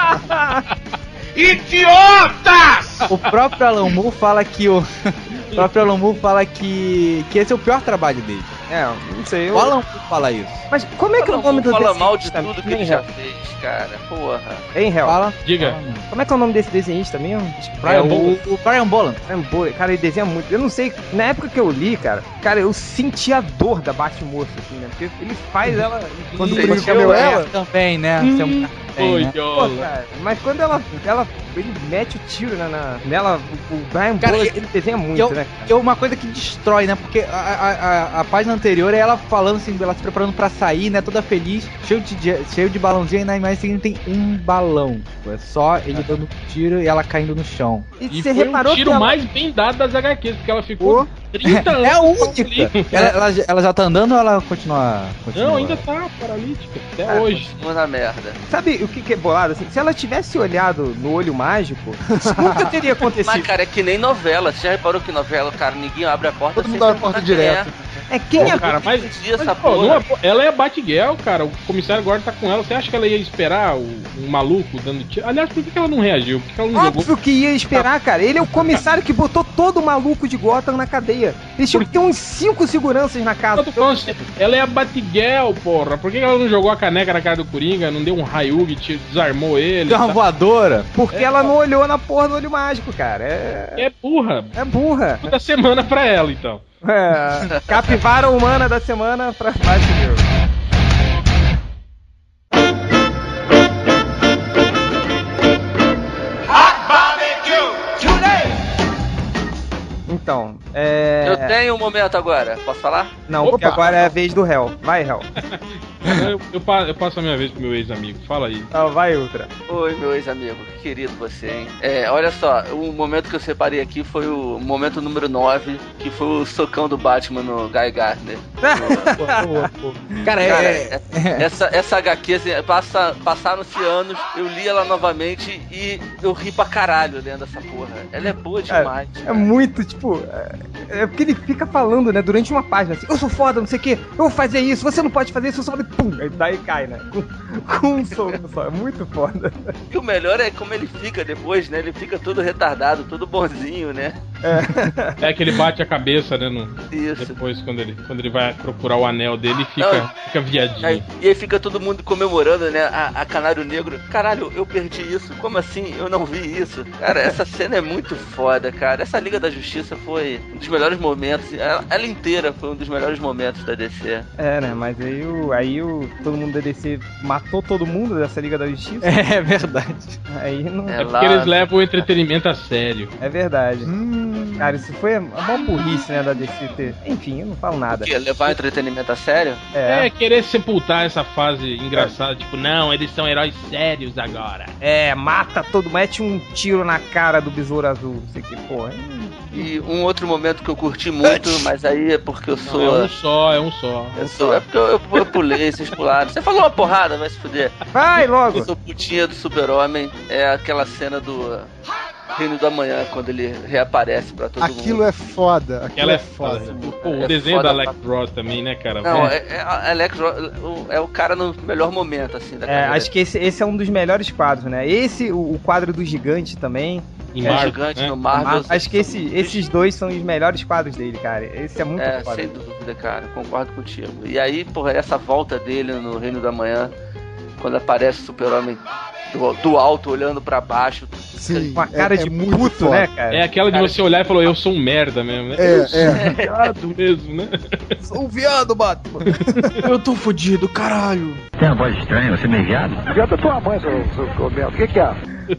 (laughs) Idiotas! O próprio Alan Moore fala que o, (laughs) o próprio Alan Moore fala que que esse é o pior trabalho dele. É, não sei. O Eu... Alan Moore fala isso. Mas como é que é o Fala- nome do um Fala desenhista mal de também, tudo que ele hein, já Hel? fez, cara. Porra. Hein, Hel? Fala. diga. Como é que é o nome desse desenhista mesmo? Brian É, o- Boland. o, Brian Boland. Brian Boy, cara, ele desenha muito. Eu não sei, na época que eu li, cara, cara, eu senti a dor da Batmoça, assim, né? Porque ele faz ela. Quando o Sim, Coringa mas eu- comeu é. ela, Também, né? Você é um cara também, Oi, né? Pô, Yola. cara, mas quando ela, ela. Ele mete o tiro né, na, nela, o- o Brian Cara, Boy, eu- ele desenha muito, eu- né? Que é uma coisa que destrói, né? Porque a, a, a- a página anterior é ela falando assim, ela se preparando pra sair, né? Toda feliz, cheio de, dia- cheio de balãozinho, e na imagem seguinte tem um balão. É só ele dando um tiro e ela caindo no chão. E E você foi reparou um tiro que ela, mais bem dado das HQs, porque ela ficou 30 anos. (laughs) É a tá ali. única! Ela, ela, já- ela já tá andando ou ela continua. continua? Não, ainda tá paralítica. Até Ah, hoje. Continua na merda. Sabe o que, que é bolado? Assim, se ela tivesse olhado no olho mágico, (laughs) isso nunca teria Mas, acontecido. cara, é que nem novela. Você já reparou que novela, cara, ninguém abre a porta todo mundo abre a porta direto. É quem é. Pô, cara, mas. Esse dia, essa mas, pô, porra. numa boa, ela é a Batgirl, cara. O comissário agora tá com ela. Você acha que ela ia esperar o, um maluco dando tiro? Aliás, por que que ela não reagiu? Por que que é ela não jogou? Óbvio que ia esperar, cara. Ele é o comissário que botou todo o maluco de Gotham na cadeia. Eles tinham que ter uns cinco seguranças na Eu casa. tô falando assim, Ela é a Batgirl, porra. Por que que ela não jogou a caneca na cara do Coringa? Não deu um Hayug, te- desarmou ele? Deu é uma Tá? voadora. É. Porque ela não olhou na porra do olho mágico, cara. É, É burra. é burra. Toda semana pra ela, então. (laughs) É, capivara humana da semana pra Batgirl. Então, é. Eu tenho um momento agora. Posso falar? Não, Opa! porque agora é a vez do réu. Vai, réu. Eu, eu pa- eu passo a minha vez pro meu ex-amigo. Fala aí. Ah, vai, Ultra. Oi, meu ex-amigo, que querido você, hein? É, olha só, o momento que eu separei aqui foi o momento número 9, que foi o socão do Batman no Guy Gardner. Tipo, Cara, é. Cara, é- Essa, essa HQ, assim, passa, passaram-se anos, eu li ela novamente e eu ri pra caralho lendo essa porra. Ela é boa Cara, demais. É muito, tipo. É, é porque ele fica falando, né, durante uma página assim: eu sou foda, não sei o quê, eu vou fazer isso, você não pode fazer isso, sobe, pum, aí daí cai, né? Com (laughs) um soco só, é muito foda. E o melhor é como ele fica depois, né? Ele fica todo retardado, todo bonzinho, né? É que ele bate a cabeça, né? no- Isso. Depois, quando ele, quando ele vai procurar o anel dele, fica, fica Aí- viadinho. e aí fica todo mundo comemorando, né? A, a Canário Negro. Caralho, eu perdi isso. Como assim? Eu não vi isso. Cara, essa cena é muito foda, cara. Essa Liga da Justiça foi um dos melhores momentos. Ela, ela inteira foi um dos melhores momentos da DC. É, né? Mas aí o. Aí o. Todo mundo da DC matou todo mundo dessa Liga da Justiça. É verdade. Aí não. É. É, É porque eles levam o entretenimento a sério. verdade. Hum, Cara, isso foi uma burrice, né, da DC ter. Enfim, eu não falo nada. Que levar o entretenimento a sério? É. É, querer sepultar essa fase engraçada, tipo, não, eles são heróis sérios agora. É, mata todo mete um tiro na cara do besouro azul. Não sei que porra. E um outro momento que eu curti muito, mas aí é porque eu Não, é sou. um só, é um só. Eu sou, é porque eu, eu, eu pulei, vocês pularam. Você falou uma porrada, vai se fuder. Vai logo! Eu sou putinha do super-homem. É aquela cena do uh, Reino da Manhã, quando ele reaparece pra todo mundo. aquilo é foda. Aquilo Ela é foda. Pô, o É desenho foda da Alex Ross também, né, cara? Não, Vamos- é, é- a- Alex Ro- o- é o cara no melhor momento, assim, da É, carreira. acho que esse, esse é um dos melhores quadros, né? Esse, o, o quadro do gigante também. em é Marvel, gigante né? no Marvel. assim, Mas acho que esse- esses dois são os melhores quadros dele, cara. Esse é muito É, foda. sem dúvida, cara, concordo contigo. E aí, porra, essa volta dele no Reino da Manhã, quando aparece o super-homem do, do alto olhando (laughs) pra baixo. Sim, Com a cara é- de é muito puto, foda. né, cara? É aquela de você olhar e falar, eu sou um merda mesmo, né? É, Eu sou é. um (laughs) viado mesmo, né? Sou um viado, Batman. Eu tô fudido, caralho. Adianta tua mãe, seu, seu Roberto. O que, que é?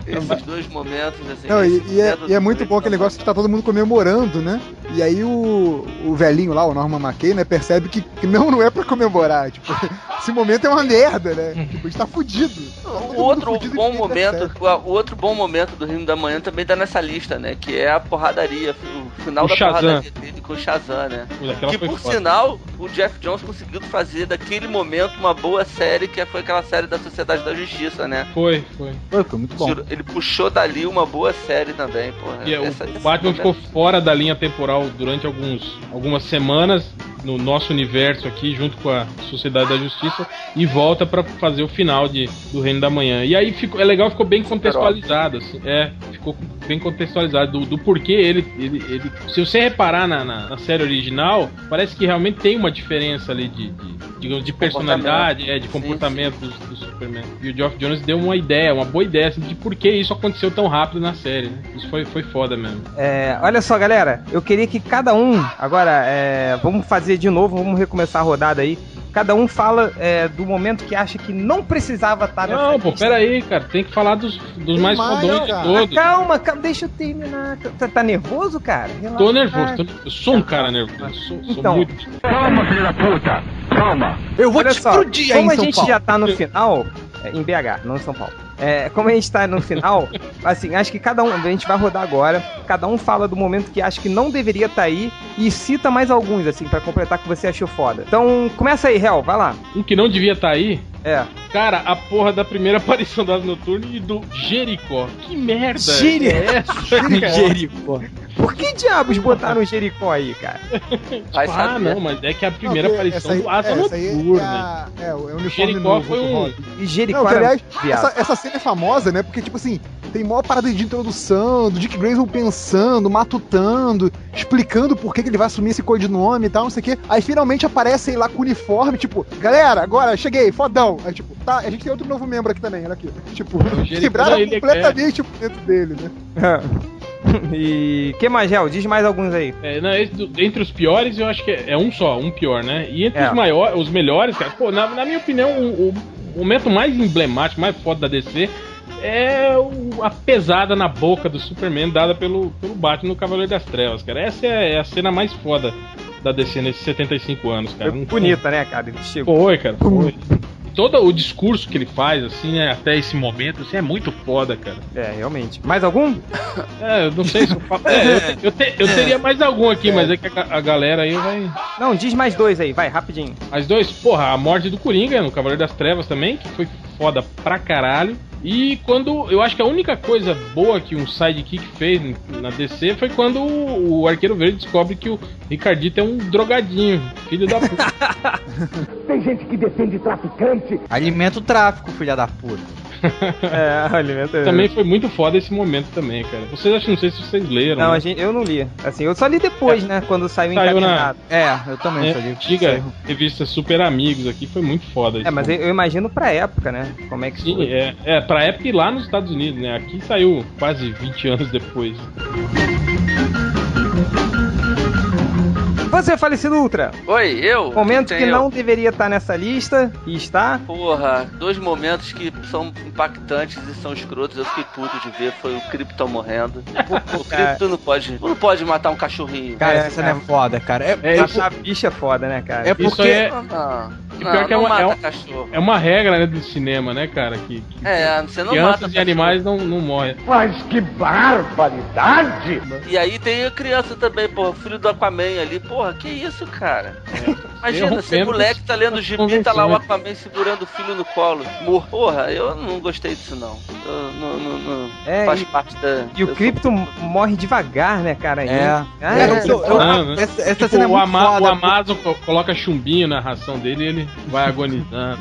Esses dois momentos, assim. Não, e, esse e é, momento e é do muito Reino bom da aquele negócio que tá todo mundo comemorando, né? E aí o, o velhinho lá, o Norman McKay, né, percebe que, que não, não é pra comemorar. Tipo, (laughs) esse momento é uma merda, né? Tipo, a gente tá fudido. Tá todo mundo O outro fudido e bom ninguém tá momento, percebe. o outro bom momento do Reino da Manhã também tá nessa lista, né? Que é a porradaria, o final O da Shazam. porradaria dele com o Shazam, né? Pô, Aquela que foi por foda. sinal, o Jeff Jones conseguiu fazer daquele momento uma boa série que foi aquela série da Sociedade da Justiça, né? Foi, foi. Foi, foi muito bom. Tirou- Ele puxou dali uma boa série também, porra. E é, o Essa- tá esse Batman momento- ficou fora da linha temporal durante alguns, algumas semanas no nosso universo aqui, junto com a Sociedade da Justiça, e volta pra fazer o final de, do Reino da Manhã. E aí ficou, é legal, ficou bem contextualizado, assim. É, ficou bem contextualizado do, do porquê ele, ele, ele. Se você reparar na, na, na série original, parece que realmente tem uma diferença ali de. de digamos, de personalidade, é, de Sim, comportamento dos Do, Superman. E o Geoff Jones deu uma ideia, uma boa ideia assim, de por que isso aconteceu tão rápido na série. né? Isso foi, foi foda mesmo. É, olha só, galera, eu queria que cada um, agora, é, vamos fazer de novo, vamos recomeçar a rodada aí. Cada um fala é, do momento que acha que não precisava É, tá estar Não, pô, lista. peraí, cara. Tem que falar dos, dos Tem mais mais, fodões de cara. todos. Calma, calma, deixa eu terminar. Tá, tá nervoso, cara? Relaxa. Tô nervoso. tô- eu sou um cara nervoso. Sou, sou Então. muito. Eu vou Olha te só, explodir aí como em a São gente Paulo. já tá no final, é, em BH, não em São Paulo. É, como a gente tá no final, (laughs) assim, acho que cada um, a gente vai rodar agora, cada um fala do momento que acha que não deveria estar aí e cita mais alguns, assim, pra completar que você achou foda. Então, começa aí, Hel, vai lá. Um que não devia estar aí. É. Cara, a porra da primeira (laughs) aparição das noturnas e do Jericó. Que merda. Jeri- é (laughs) essa, cara? Jericó. Por que diabos botaram o Jericó aí, cara? Vai Ah, saber. não, mas é que é a Não, primeira porque aparição essa do aí- Asa é, essa aí é Noturna. a- É, é o uniforme Jericó novo foi do um- Robin. E Não, Jericó que, era aliás, (laughs) viado. essa, essa cena é famosa, né? Porque, tipo assim, tem maior parada de introdução, do Dick Grayson pensando, matutando, explicando por que, que ele vai assumir esse codinome e tal, não sei o quê. Aí finalmente aparece ele lá com o uniforme, tipo, galera, agora cheguei, fodão. Aí, tipo, tá, a gente tem outro novo membro aqui também, olha aqui. Tipo, Jericó, quebraram ele é- completamente o dentro dele, né? (laughs) e que mais, Hel? Diz mais alguns aí. É, não, esse do- entre os piores, eu acho que é, é um só, um pior, né? E entre É. os maiores, os melhores, cara, pô, na, na minha opinião, o, o momento mais emblemático, mais foda da DC é o- a pesada na boca do Superman dada pelo, pelo Batman no Cavaleiro das Trevas, cara. Essa é, é a cena mais foda da DC nesses 75 anos, cara. Foi Não- bonita, né, cara? Ele chegou. Foi, cara, foi. Todo o discurso que ele faz, assim, né, até esse momento, assim, é muito foda, cara. É, realmente. Mais algum? É, eu não sei se eu (laughs) falo. é, eu, te- eu te- eu teria mais algum aqui, mas é que a, ga- a galera aí vai. Não, diz mais dois aí, vai, rapidinho. As dois, porra, a morte do Coringa no Cavaleiro das Trevas também, que foi foda pra caralho. E quando. Eu acho que a única coisa boa que um sidekick fez na DC foi quando o, o Arqueiro Verde descobre que o Ricardito é um drogadinho, filho (laughs) da puta. Tem gente que defende traficante. Alimenta o tráfico, filha da puta. É, alimenta. também foi muito foda esse momento também, cara. Vocês acham, não sei se vocês leram. Não, né? É. a gente, eu não li. Assim, eu só li depois, né? Quando saiu Saiu na- encaminhado. É, eu também É, só li. antiga revista Super Amigos aqui foi muito foda. É, mas eu, eu imagino pra época, né? Como é que Sim, foi. é, é, pra época e lá nos Estados Unidos, né? Aqui saiu quase 20 anos depois. Você, falecido Ultra, Oi, eu? momento que Tenho- não deveria estar nessa lista e está. Porra, dois momentos que são impactantes e são escrotos. Eu fiquei puto de ver. Foi o (laughs) Krypton morrendo. O Krypton não pode, não pode matar um cachorrinho. Cara, É, essa cena é foda, cara. É, É, isso, A bicha é foda, né, cara? é isso porque. é, Não, Ah, não, E pior que é não uma- mata é um- cachorro. é uma regra né, do cinema, né, cara? Que, que É, você não mata crianças e cachorro. animais não, não morrem. Mas que barbaridade! E aí tem a criança também, porra, filho do Aquaman ali. Porra, que isso, cara? Imagina, esse Interrompendo moleque tá lendo as gibi, tá lá o convenções. Aquaman segurando o filho no colo. Mor- Porra, eu não gostei disso, não. Eu, não, não, não. É, Faz e- parte da... E o eu Krypton morre devagar, né, cara? É. Ah, É, é. eu- eu- Fulano, né? essa essa Tipo, cena é o, muito ama foda. o Amazon co- coloca chumbinho na ração dele e ele vai agonizando.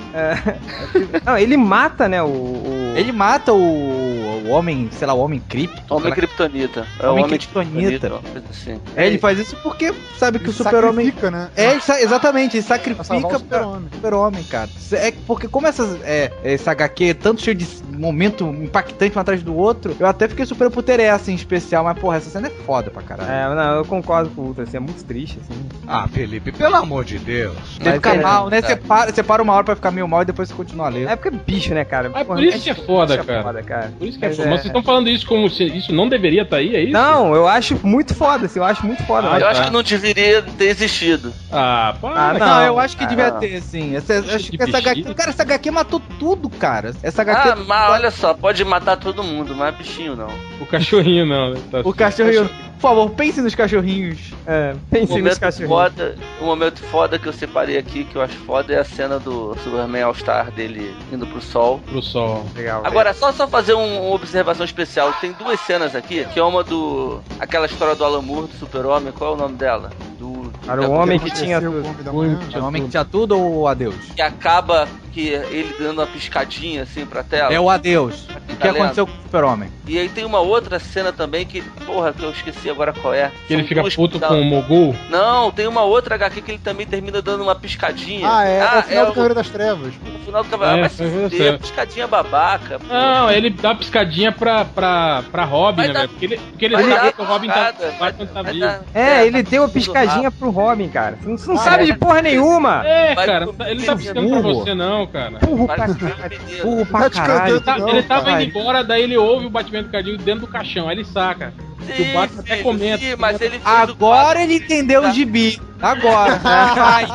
Não, ele mata, né, o. o- Ele mata o, o homem, sei lá, o homem cripto. sou- Homem Kryptonita. É Homem o homem Kryptonita. Kryptonita. uma coisa assim. É, ele faz isso porque sabe que Ele o super-homem... sacrifica, né? É, ele sa- exatamente, ele Pra sacrifica salvar o pra- super-homem. super-homem, cara. É porque como essas, é, essa HQ é tanto cheio de momento impactante um atrás do outro, eu até fiquei super puto essa em especial, mas porra, essa cena é foda pra caralho. É, não, eu concordo com o Ultra, assim, é muito triste, assim. Ah, Felipe, pelo amor de Deus. Você fica é, mal, né? Você para, você para uma hora pra ficar meio mal e depois você continua a ler. É porque é bicho, né, cara? Porra, Ah, por isso que é foda, bicho cara. foda, cara. Por isso que é Mas foda. Mas vocês estão falando isso como se isso não deveria estar aí, é isso? Não, eu acho muito foda, assim, eu acho muito foda. Ah, mas- Eu tá. acho que não deveria ter existido. Ah, para. Ah, cara. Não, Não, eu acho que cara. devia ter, sim. Essa, acho que de essa HQ, bexiga. cara, essa HQ matou tudo, cara. Essa HQ. Ah, mas olha só, pode matar todo mundo, mas bichinho não. O cachorrinho não. né? Tá O cachorrinho. Por favor, pense nos cachorrinhos. É, O pensei nos momento, cachorrinhos. foda, o momento foda que eu separei aqui, que eu acho foda, é a cena do Superman All-Star dele indo pro sol. pro sol. Legal. Agora, só, só fazer um- uma observação especial. Tem duas cenas aqui, que é uma do. aquela história do Alan Moore, do Super-Homem, qual é o nome dela? Do. Era da- o homem que tinha Aconteceu tudo. com o homem da Muito. manhã. O homem que tinha tudo ou adeus? Que acaba que ele dando uma piscadinha assim pra tela. É o adeus. Tá O que lendo? aconteceu com o super-homem? E aí tem uma outra cena também que, porra, que eu esqueci agora qual é. Que ele São fica duas puto da- com o Mogul. Não, tem uma outra HQ que ele também termina dando uma piscadinha. Ah, é, é o final é do Cavaleiro das Trevas. No final do cavalo, É, Ah, vai se foi fuder, certo. piscadinha babaca. pô. Não, ele dá uma piscadinha pra, pra, pra Robin, Vai né, dar- velho? Porque ele, porque ele Vai sabe dar que o Robin tá, piscada, vai quando tá vai vivo. dar- É, é, ele tá deu a tudo piscadinha rápido. pro Robin, cara. Você não, você não Ah, sabe é. de porra nenhuma. É, Vai cara, com- ele não tá piscando pra burro. você não, cara. Burro pra Parece que caralho. é um menino. Burro Tá pra te caralho. cantando. Tá- Não, ele tava pai. indo embora, daí ele ouve o batimento cardíaco dentro do caixão, aí ele saca. Sim, o Batman até filho, comenta. sim, mas ele fez o Tá quadro Agora ele entendeu o gibi. Agora. Ai,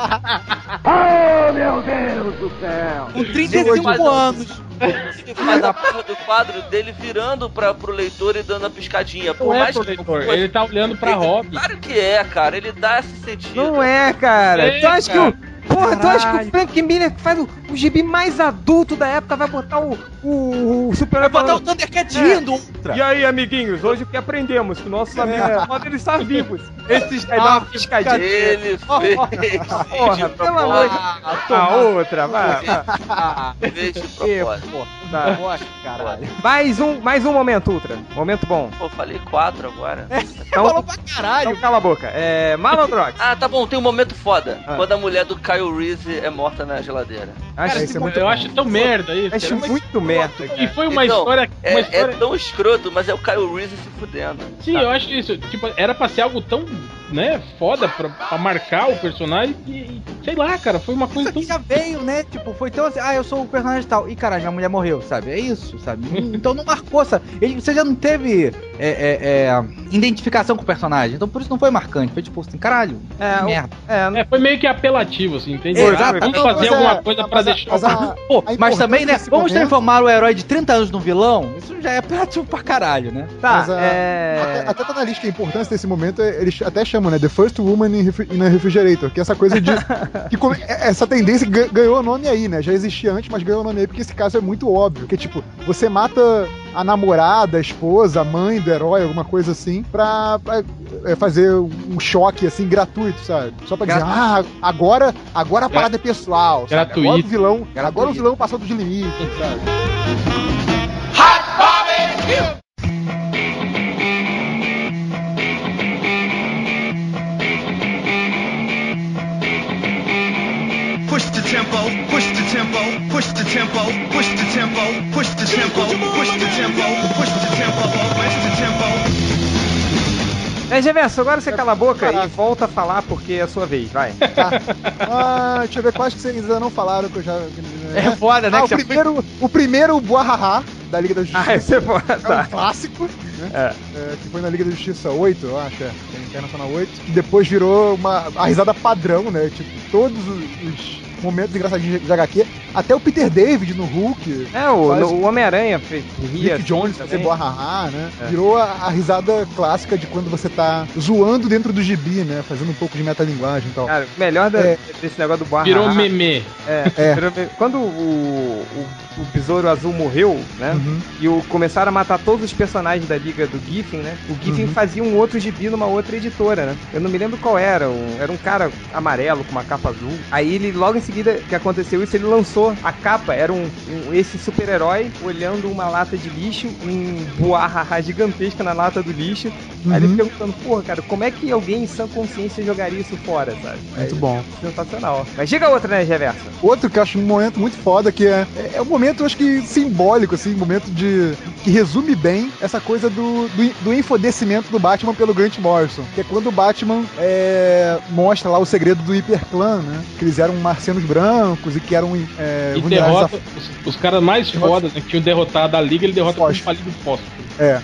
Oh, meu Deus do céu! com 35 anos. Ele faz a porra do quadro dele virando pra, pro leitor e dando a piscadinha. Por Não é mais pro que- leitor, ele tá olhando pra Robin. Claro que é, cara. Ele dá esse sentido. Não é, cara. É, tu acha cara. que o. Porra, tu acha que Caralho. o Frank Miller, que faz o, o gibi mais adulto da época, vai botar o, o, o super Vai botar o Thundercat rindo. Ultra. E aí, amiguinhos, hoje o que aprendemos? Que nossos amigos é. foda, eles estão (laughs) vivos. Esses aí dá uma piscadinha. Ele fez. Porra, de pelo amor de propósito. Ah, A toma. outra, vai. (laughs) vai, Fez de Ih, propósito. tá. Poxa, caralho. Mais um, mais um momento, Ultra. Momento bom. Pô, falei quatro agora. É. Falou Então, pra caralho. então cala a boca. É. (laughs) Malandrox. Ah, tá bom, tem um momento foda. Ah. Quando a mulher do Kyle Reese é morta na geladeira. Acho, Cara, isso é muito Eu bom. é acho tão merda isso. acho cara, mas- muito merda, E cara. foi uma Então, história. É, uma é história tão escroto, mas é o Kyle Reese se fudendo. sim, eu acho isso. Tipo, era pra ser algo tão, né, foda pra, pra marcar o personagem e, e, sei lá, cara, foi uma Isso coisa tão. aqui já veio, né? Tipo, foi tão assim, ah, eu sou o personagem tal. E caralho, minha mulher morreu, sabe? É isso, sabe? Então não marcou, sabe? Ele, você já não teve é, é, é, identificação com o personagem. Então por isso não foi marcante. Foi tipo assim, caralho, É, que o- merda. é, É, foi meio que apelativo, assim, entende? Exato. Vamos Não, fazer mas é- alguma coisa pra mas a- deixar. é mas a- (laughs) Pô, a mas também, né? importância desse Vamos momento- transformar o herói de 30 anos num vilão? Isso já é (laughs) apelativo pra caralho, né? tá, mas a- é... Até, até tá na lista, a importância desse momento, é- eles até chamam, né? The First Woman in, Refu- in a Refrigerator, que é essa coisa de. que come- é- essa tendência que ga- ganhou nome aí, né? Já existia antes, mas ganhou nome aí, porque esse caso é muito óbvio. Que tipo, você mata a namorada, a esposa, a mãe do herói, alguma coisa assim, pra, pra, é, fazer um choque assim gratuito, sabe? Só pra dizer, ah, agora, agora a parada é pessoal. sabe? Agora o Gratuito. vilão. Agora o Gratuito. vilão passou dos limites, sabe? Push the tempo, push the tempo, push the tempo, push the tempo, push the tempo, push the tempo, push the tempo, push the tempo. Né, Gemerson, agora você cala a boca e Caraca. volta a falar porque é a sua vez, (laughs) vai. Ah, deixa eu ver quais que vocês ainda não falaram que eu já. É foda, né? Ah, que o você- primeiro, o primeiro Buahaha da Liga da Ah, Justiça. você pode, É um tá. clássico, né? É, que foi na Liga da Justiça 8, eu acho, é. que é Internacional 8. Que depois virou uma, a risada padrão, né? Tipo, todos os, os momentos engraçadinhos de HQ. Até o Peter David no Hulk. É, o, Faz- no- o Homem-Aranha fez ria assim, Nick Jones fazer também. boa né? É. Virou a, a risada clássica de quando você tá zoando dentro do gibi, né? Fazendo um pouco de metalinguagem e tal. Cara, o melhor da- É. desse negócio do barra. (laughs) Virou meme. É, virou meme. Quando o, o, o Besouro Azul morreu, né? Uhum. E o, começaram a matar todos os personagens da liga do Giffen, né? O Giffen Uhum. fazia um outro gibi numa outra editora, né? Eu não me lembro qual era. um- era um cara amarelo com uma capa azul. Aí ele, logo em seguida que aconteceu isso, ele lançou a capa. Era um, um- esse super-herói olhando uma lata de lixo, um buarra gigantesca na lata do lixo. Aí ele Uhum. perguntando, porra, cara, como é que alguém em sã consciência jogaria isso fora, sabe? Muito bom. Aí, sensacional. Mas diga outra, né, Reverso? (laughs) Outro que eu acho um momento muito foda, que é, é um momento, acho que simbólico, assim, um momento de. que resume bem essa coisa do, do, do infodescimento do Batman pelo Grant Morrison. Que é quando o Batman é, mostra lá o segredo do Hiperclã, né? Que eles eram marcianos brancos e que eram é, e vulneráveis a derrota os, os caras mais fodas, né? Que tinham derrotado a liga, ele derrota com um Fósforo. falido fósforo. É,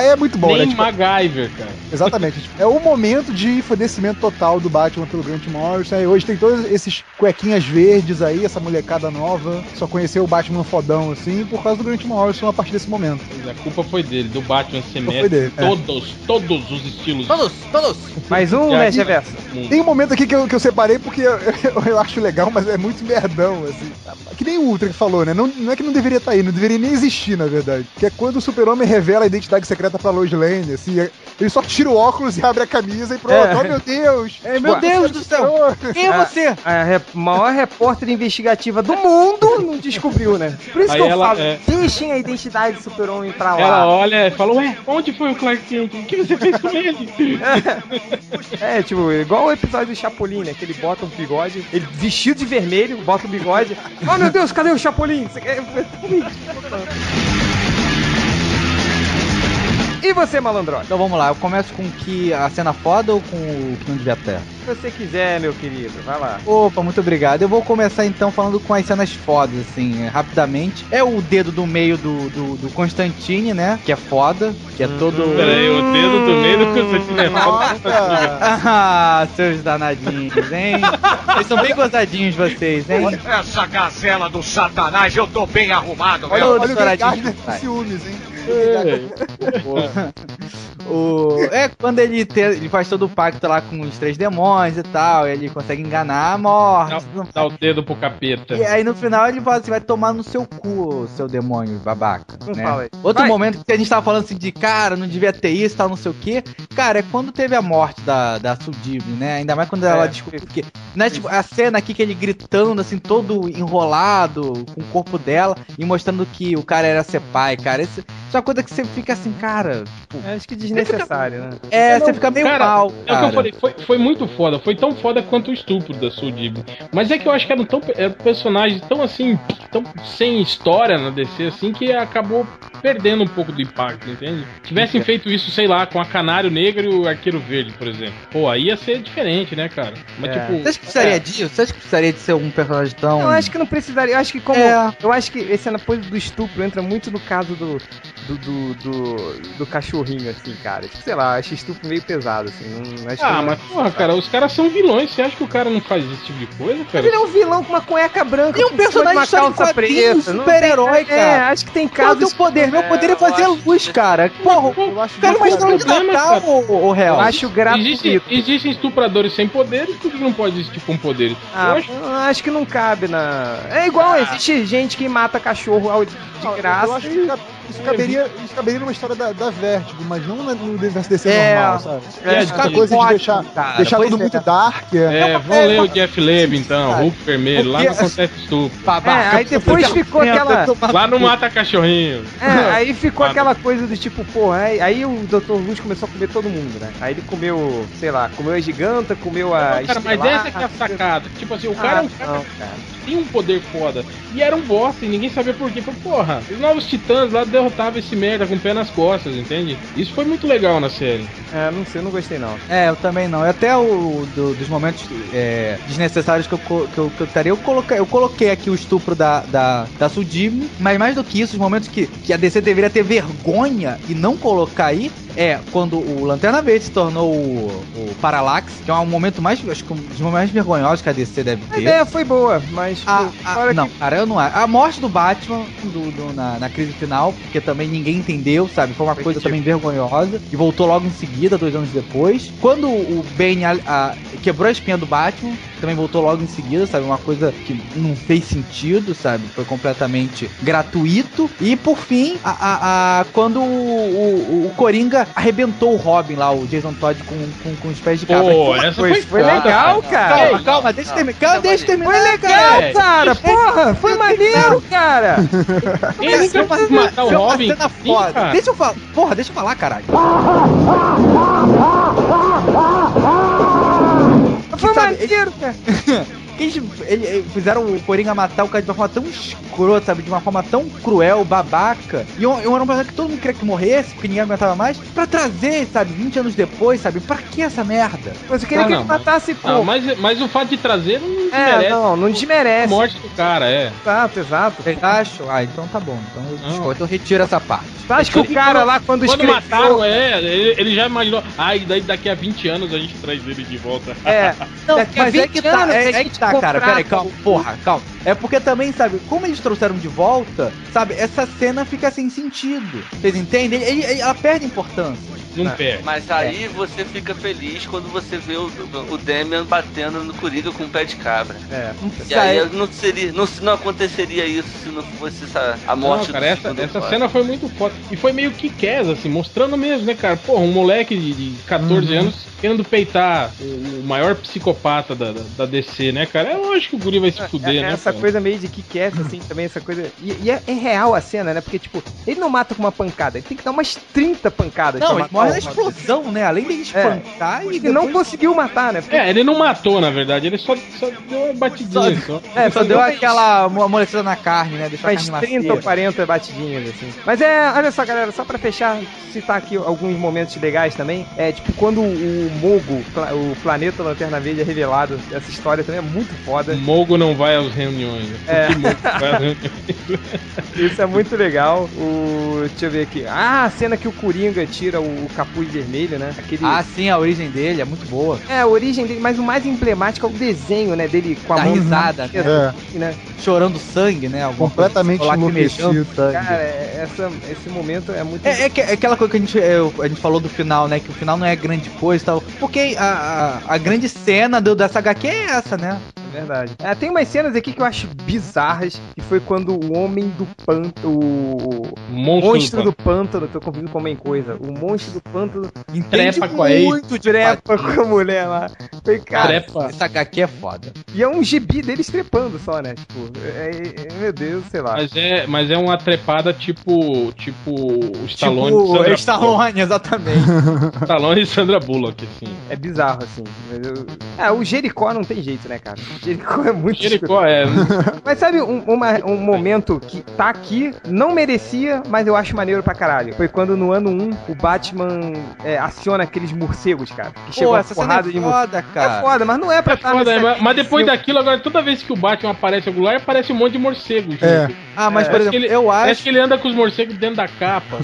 é, é muito bom, né? Nem Tipo, MacGyver, cara. Exatamente. Tipo, É o momento de fodecimento total do Batman pelo Grant Morrison. E hoje tem todos esses cuequinhas verdes aí, essa molecada nova. Só conheceu o Batman fodão, assim, por causa do Grant Morrison a partir desse momento. é, A culpa foi dele, do Batman Foi semestre. dele, é. Todos, todos os estilos. Todos, todos. Mais um, E né, aí- Geverso? do mundo. Tem um momento aqui que eu, que eu separei porque eu, (laughs) eu- eu acho legal, mas é muito merdão, assim. Que nem o Ultra que falou, né? Não, não é que não deveria estar aí, não deveria nem existir, na verdade. Que é quando o super-homem revela a identidade secreta pra Lois Lane, assim. é- Ele só tira o óculos e abre a camisa e pronto. É. Oh, meu Deus! É, meu Deus do céu. Quem é Ah. você? A rep- maior repórter investigativa do mundo não descobriu, né? Por isso Aí que eu ela, falo, é. deixem a identidade do super-homem pra lá. Ela olha e fala, ué, onde foi o Clark Kent? O que você fez com ele? (laughs) É, tipo, igual o episódio do Chapolin, né? Que ele bota um bigode, ele vestido de vermelho, bota o bigode. Oh, meu Deus, cadê o Chapolin? é Você quer- (laughs) E você, malandrote? Então vamos lá, eu começo com que a cena foda ou com o que não devia ter? O que você quiser, meu querido, vai lá. Opa, muito obrigado. Eu vou começar então falando com as cenas fodas, assim, é, rapidamente. É o dedo do meio do, do, do Constantine, né? Que é foda, que é todo. Peraí, o dedo do meio do Constantino é foda. Nossa! (laughs) Ah, seus danadinhos, hein? Vocês são bem gozadinhos, vocês, hein? Essa gazela do satanás, eu tô bem arrumado, Olha, Não, olha o Greg estouradinho. Gardner com Vai. ciúmes, hein? É. é (laughs) O... É quando ele, te- ele faz todo o pacto lá com os três demônios e tal, ele consegue enganar a morte. tudo mais. Dá o dedo pro capeta. E aí no final ele fala assim, vai tomar no seu cu, seu demônio babaca. Não né? fala aí. Outro Vai. momento que a gente tava falando assim de cara, não devia ter isso, tal, não sei o quê. Cara, é quando teve a morte da, da Sudive, né? Ainda mais quando ela É. descobriu que. Né, tipo, a cena aqui que ele gritando, assim, todo enrolado, com o corpo dela, e mostrando que o cara era ser pai, cara. Isso, isso é uma coisa que você fica assim, cara. Acho que desnecessário, né? É, você fica meio Cara, mal. É o que eu cara. falei, foi, foi muito foda, foi tão foda quanto o estupro da Sudib. Mas é que eu acho que eram tão eram personagens tão assim, tão sem história na DC, assim, que acabou perdendo um pouco do impacto, entende? Tivessem feito isso, sei lá, com a Canário Negro e o Arqueiro Verde, por exemplo. Pô, aí ia ser diferente, né, cara? Mas, É. tipo. Você acha que precisaria disso? Você acha que precisaria de ser um personagem tão. Eu né? acho que não precisaria. Eu acho que como. É. Eu acho que esse cena coisa do estupro entra muito no caso do do, do. do. do cachorrinho, assim, cara. Tipo, sei lá, acho estupro meio pesado, assim. Não, acho Ah, que- mas porra, cara, os caras são vilões. Você acha que o cara não faz esse tipo de coisa, cara? Ele é um vilão com uma cueca branca. Ele é um com cima de personagem uma só em calça quadrinhos, preta. não super-herói, tem- É, cara. acho que tem Cara, o casos. teu poder, meu poder é fazer luz, cara. Porra, Eu acho o cara justo, faz não luz de tem problema, Natal, cara. ô, ô Real. Eu acho Existe, gratuito. existem estupradores sem poderes, por que não pode existir com poderes? Ah, Eu acho- eu acho que não cabe na. É igual, Ah. existe gente que mata cachorro ao- de graça. Eu acho que ca- isso caberia, isso caberia numa história da, da Vertigo, mas não na- no universo DC É, normal, sabe? é, Essa de- coisa de ótimo, deixar, cara, deixar pois tudo é. muito dark. É. É, vão ler o Jeff Lebe então, cara. Hulk Vermelho, lá Porque- não acontece estupro. É, aí depois ficou aquela. Lá não mata cachorrinho. É, aí ficou Claro. aquela coisa do tipo, porra, aí, aí o Dr. Luz começou a comer todo mundo, né? Aí ele comeu, sei lá, comeu a giganta, comeu a. Não, cara, mas estelar, essa que é a sacada. Tipo assim, o cara é um Tá Ah, cara não, cara. que tem um poder foda. E era um bosta e ninguém sabia por quê. Falei, porra, os novos titãs lá derrotavam esse merda com o pé nas costas, entende? Isso foi muito legal na série. É, não sei, não gostei não. É, eu também não. E Até o do- dos momentos é, desnecessários que eu, co- que eu, que eu estaria, eu coloquei, eu coloquei aqui o estupro da, da, da Sudime, mas mais do que isso, os momentos que, que a DC deveria ter vergonha e não colocar aí é quando o Lanterna Verde se tornou o, o Parallax, que é um momento mais, acho que um dos momentos mais vergonhosos que a DC deve A ter. ideia foi boa, mas. A, pô, a- fora Ah, não, que- cara, eu não acho. A morte do Batman do- do- na, na crise final, porque também ninguém entendeu, sabe? Foi uma Foi coisa ridículo. também vergonhosa. E voltou logo em seguida, dois anos depois. Quando o Ben a- a- quebrou a espinha do Batman, também voltou logo em seguida, sabe? Uma coisa que não fez sentido, sabe? Foi completamente gratuito. E por fim, a, a- a- quando o, o- o Coringa arrebentou o Robin lá, o Jason Todd com, com, com os pés de cabra. Pô, essa Foi, foi, foi foda, legal, cara. Calma, calma, deixa eu Não, terminar. Calma, não, deixa eu não, terminar. Foi legal, É, cara! Porra! Foi maneiro, cara! Quem nunca quis matar o Foi uma Robin? cena Sim, foda. cara. Deixa eu falar. Porra, deixa eu falar, caralho. Foi Sabe, maneiro, cara! (laughs) Eles, ele- ele- fizeram o Coringa matar o cara de uma forma tão escrota, sabe? De uma forma tão cruel, babaca. E eu, eu era um personagem que todo mundo queria que morresse, porque ninguém aguentava mais. Pra trazer, sabe? 20 anos depois, sabe? Pra que essa merda? Mas eu queria Ah, que não, ele matasse Não, como? mas, mas o fato de trazer não Oh. É, merece não, não a desmerece. morte do cara, é. Exato, exato. Vocês acham? Ah, então tá bom. Então eu, Não. discordo, então eu retiro essa parte. Acho que o cara lá, quando Quando escreveu... mataram, é, ele, ele já imaginou. Ai, daí daqui a 20 anos a gente traz ele de volta. É, Não, Daqui a mas é 20 que tá, anos é, a é gente que tá, cara. contrata Peraí, calma, porra, calma. É porque também, sabe, como eles trouxeram de volta, sabe, essa cena fica sem sentido. Vocês entendem? Ele- ele- ela perde importância. (laughs) É. Não perde. Mas aí você fica feliz quando você vê o, o Damian batendo no Coringa com o pé de cabra. é. Não E precisa- aí não, seria, não, não aconteceria isso se não fosse essa, a morte Não, cara, do essa, segundo essa Robin. cena foi muito foda. E foi meio que quesa, assim, mostrando mesmo, né, cara? Porra, um moleque de, de 14 anos querendo peitar o, o maior psicopata da, da, da DC, né, cara? É lógico que o Guri vai se fuder, É, né? Essa cara? coisa meio de que é (laughs) assim, também, essa coisa. E, e é, é real a cena, né? Porque, tipo, ele não mata com uma pancada, ele tem que dar umas 30 pancadas. Não, pra ele matar o morre na Robin. explosão, né? Além de espancar e E depois- não conseguiu matar, né? Porque É, ele não matou, na verdade, ele só, só deu uma batidinha. Só... É, só (laughs) deu aquela mo- amolecida na carne, né? Deixou a faz carne 30 ou macia. 40 batidinhas, assim. Mas é, olha só, galera, só pra fechar, citar aqui alguns momentos legais também. É, tipo, quando o Mogo, pla- o planeta Lanterna Verde é revelado, essa história também é muito O foda. Mogo não vai às reuniões. É. Por que Mogo vai às reuniões? Isso é muito legal. O, deixa eu ver aqui. Ah, a cena que o Coringa tira o capuz vermelho, né? Aquele Ah, sim, a origem dele é muito boa. É, a origem dele, mas o mais emblemático é o desenho, né, dele com a Da mão risada, né? esquerda, assim, né? Chorando sangue, né? Alguma coisa É, Completamente lacrimejando. enlouquecido. tá? Cara, é- essa, esse momento é muito... É, é que- é aquela coisa que a gente, é, o- a gente falou do final, né? Que o final não é grande coisa e tal. Porque a, a, a grande cena do, dessa HQ é essa, né? É verdade. É, tem umas cenas aqui que eu acho bizarras, que foi quando o homem do pântano. O Monstro, monstro do... do pântano, tô confundindo com homem coisa. O monstro do pântano tá Entende Trepa com a ex. muito direto. trepa com a mulher lá. Falei, cara. Trepa. Essa HQ é foda. E é um gibi deles trepando só, né? Tipo, é, é- meu Deus, sei lá. Mas é, mas é uma trepada tipo. Tipo. O Stallone de tipo, Sandra (laughs) Stallone, exatamente. Bullock. Stallone e Sandra Bullock, assim. É bizarro, assim. Mas eu- Ah, o Jericó não tem jeito, né, cara? O Jericó é muito Jericó é. Mas sabe um, uma- um momento que tá aqui, não merecia, mas eu acho maneiro pra caralho. Foi quando no ano 1 o Batman é, aciona aqueles morcegos, cara. Que chegou Pô, Tipo, a essa cena é porrada de morcego. foda, É cara. foda, mas não é pra estar Foda, mas, mas depois daquilo, agora toda vez que o Batman aparece em algum lugar, aparece um monte de morcego. junto. É. Ah, mas, É, por acho que exemplo, ele- tipo- eu acho Parece que ele anda com os morcegos dentro da capa.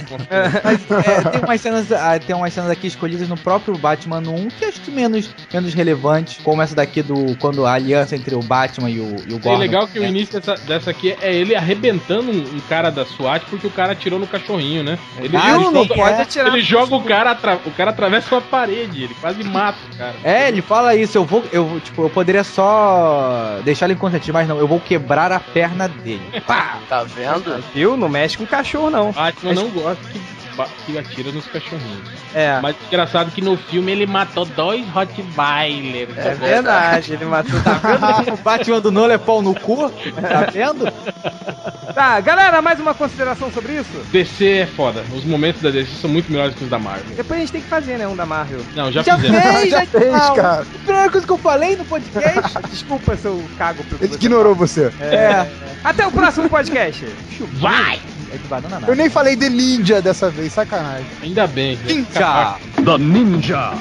É, tem umas cenas, ah, tem umas cenas aqui escolhidas no próprio Batman 1 que acho que menos menos relevantes, como essa daqui do quando a aliança entre o Batman e o, e o É Gordon. legal que o né? início dessa, dessa aqui é ele arrebentando um, um cara da SWAT porque o cara atirou no cachorrinho, né? Ele, Ah, ele não joga, pode atirar. ele joga o cara, atra- o cara atravessa uma parede, ele quase mata o cara. É, ele fala isso, eu vou, eu vou- tipo, eu poderia só deixar ele inconsciente, mas não, eu vou quebrar a perna dele. Pá! Tá vendo? Eu não mexe com cachorro, não. Batman não gosta que, ba- que atira nos cachorrinhos. É. Mas engraçado que no filme ele matou dois Rottweilers. É verdade, ele matou. Tá vendo? o Batman do Nolan é pau no cu? Tá vendo? Tá, galera, mais uma consideração sobre isso? DC é foda. Os momentos da DC são muito melhores que os da Marvel. Depois a gente tem que fazer, né? Um da Marvel. Não, já, Já fizemos. fez, já, Já fez, ah, cara. A primeira coisa que eu falei no podcast. (laughs) Desculpa se eu cago pro que Ele você ignorou você. É. fala. Até o próximo podcast. Vai! É de banana Eu nada. nem falei The Ninja dessa vez, sacanagem. Ainda bem. Tchau. The Ninja.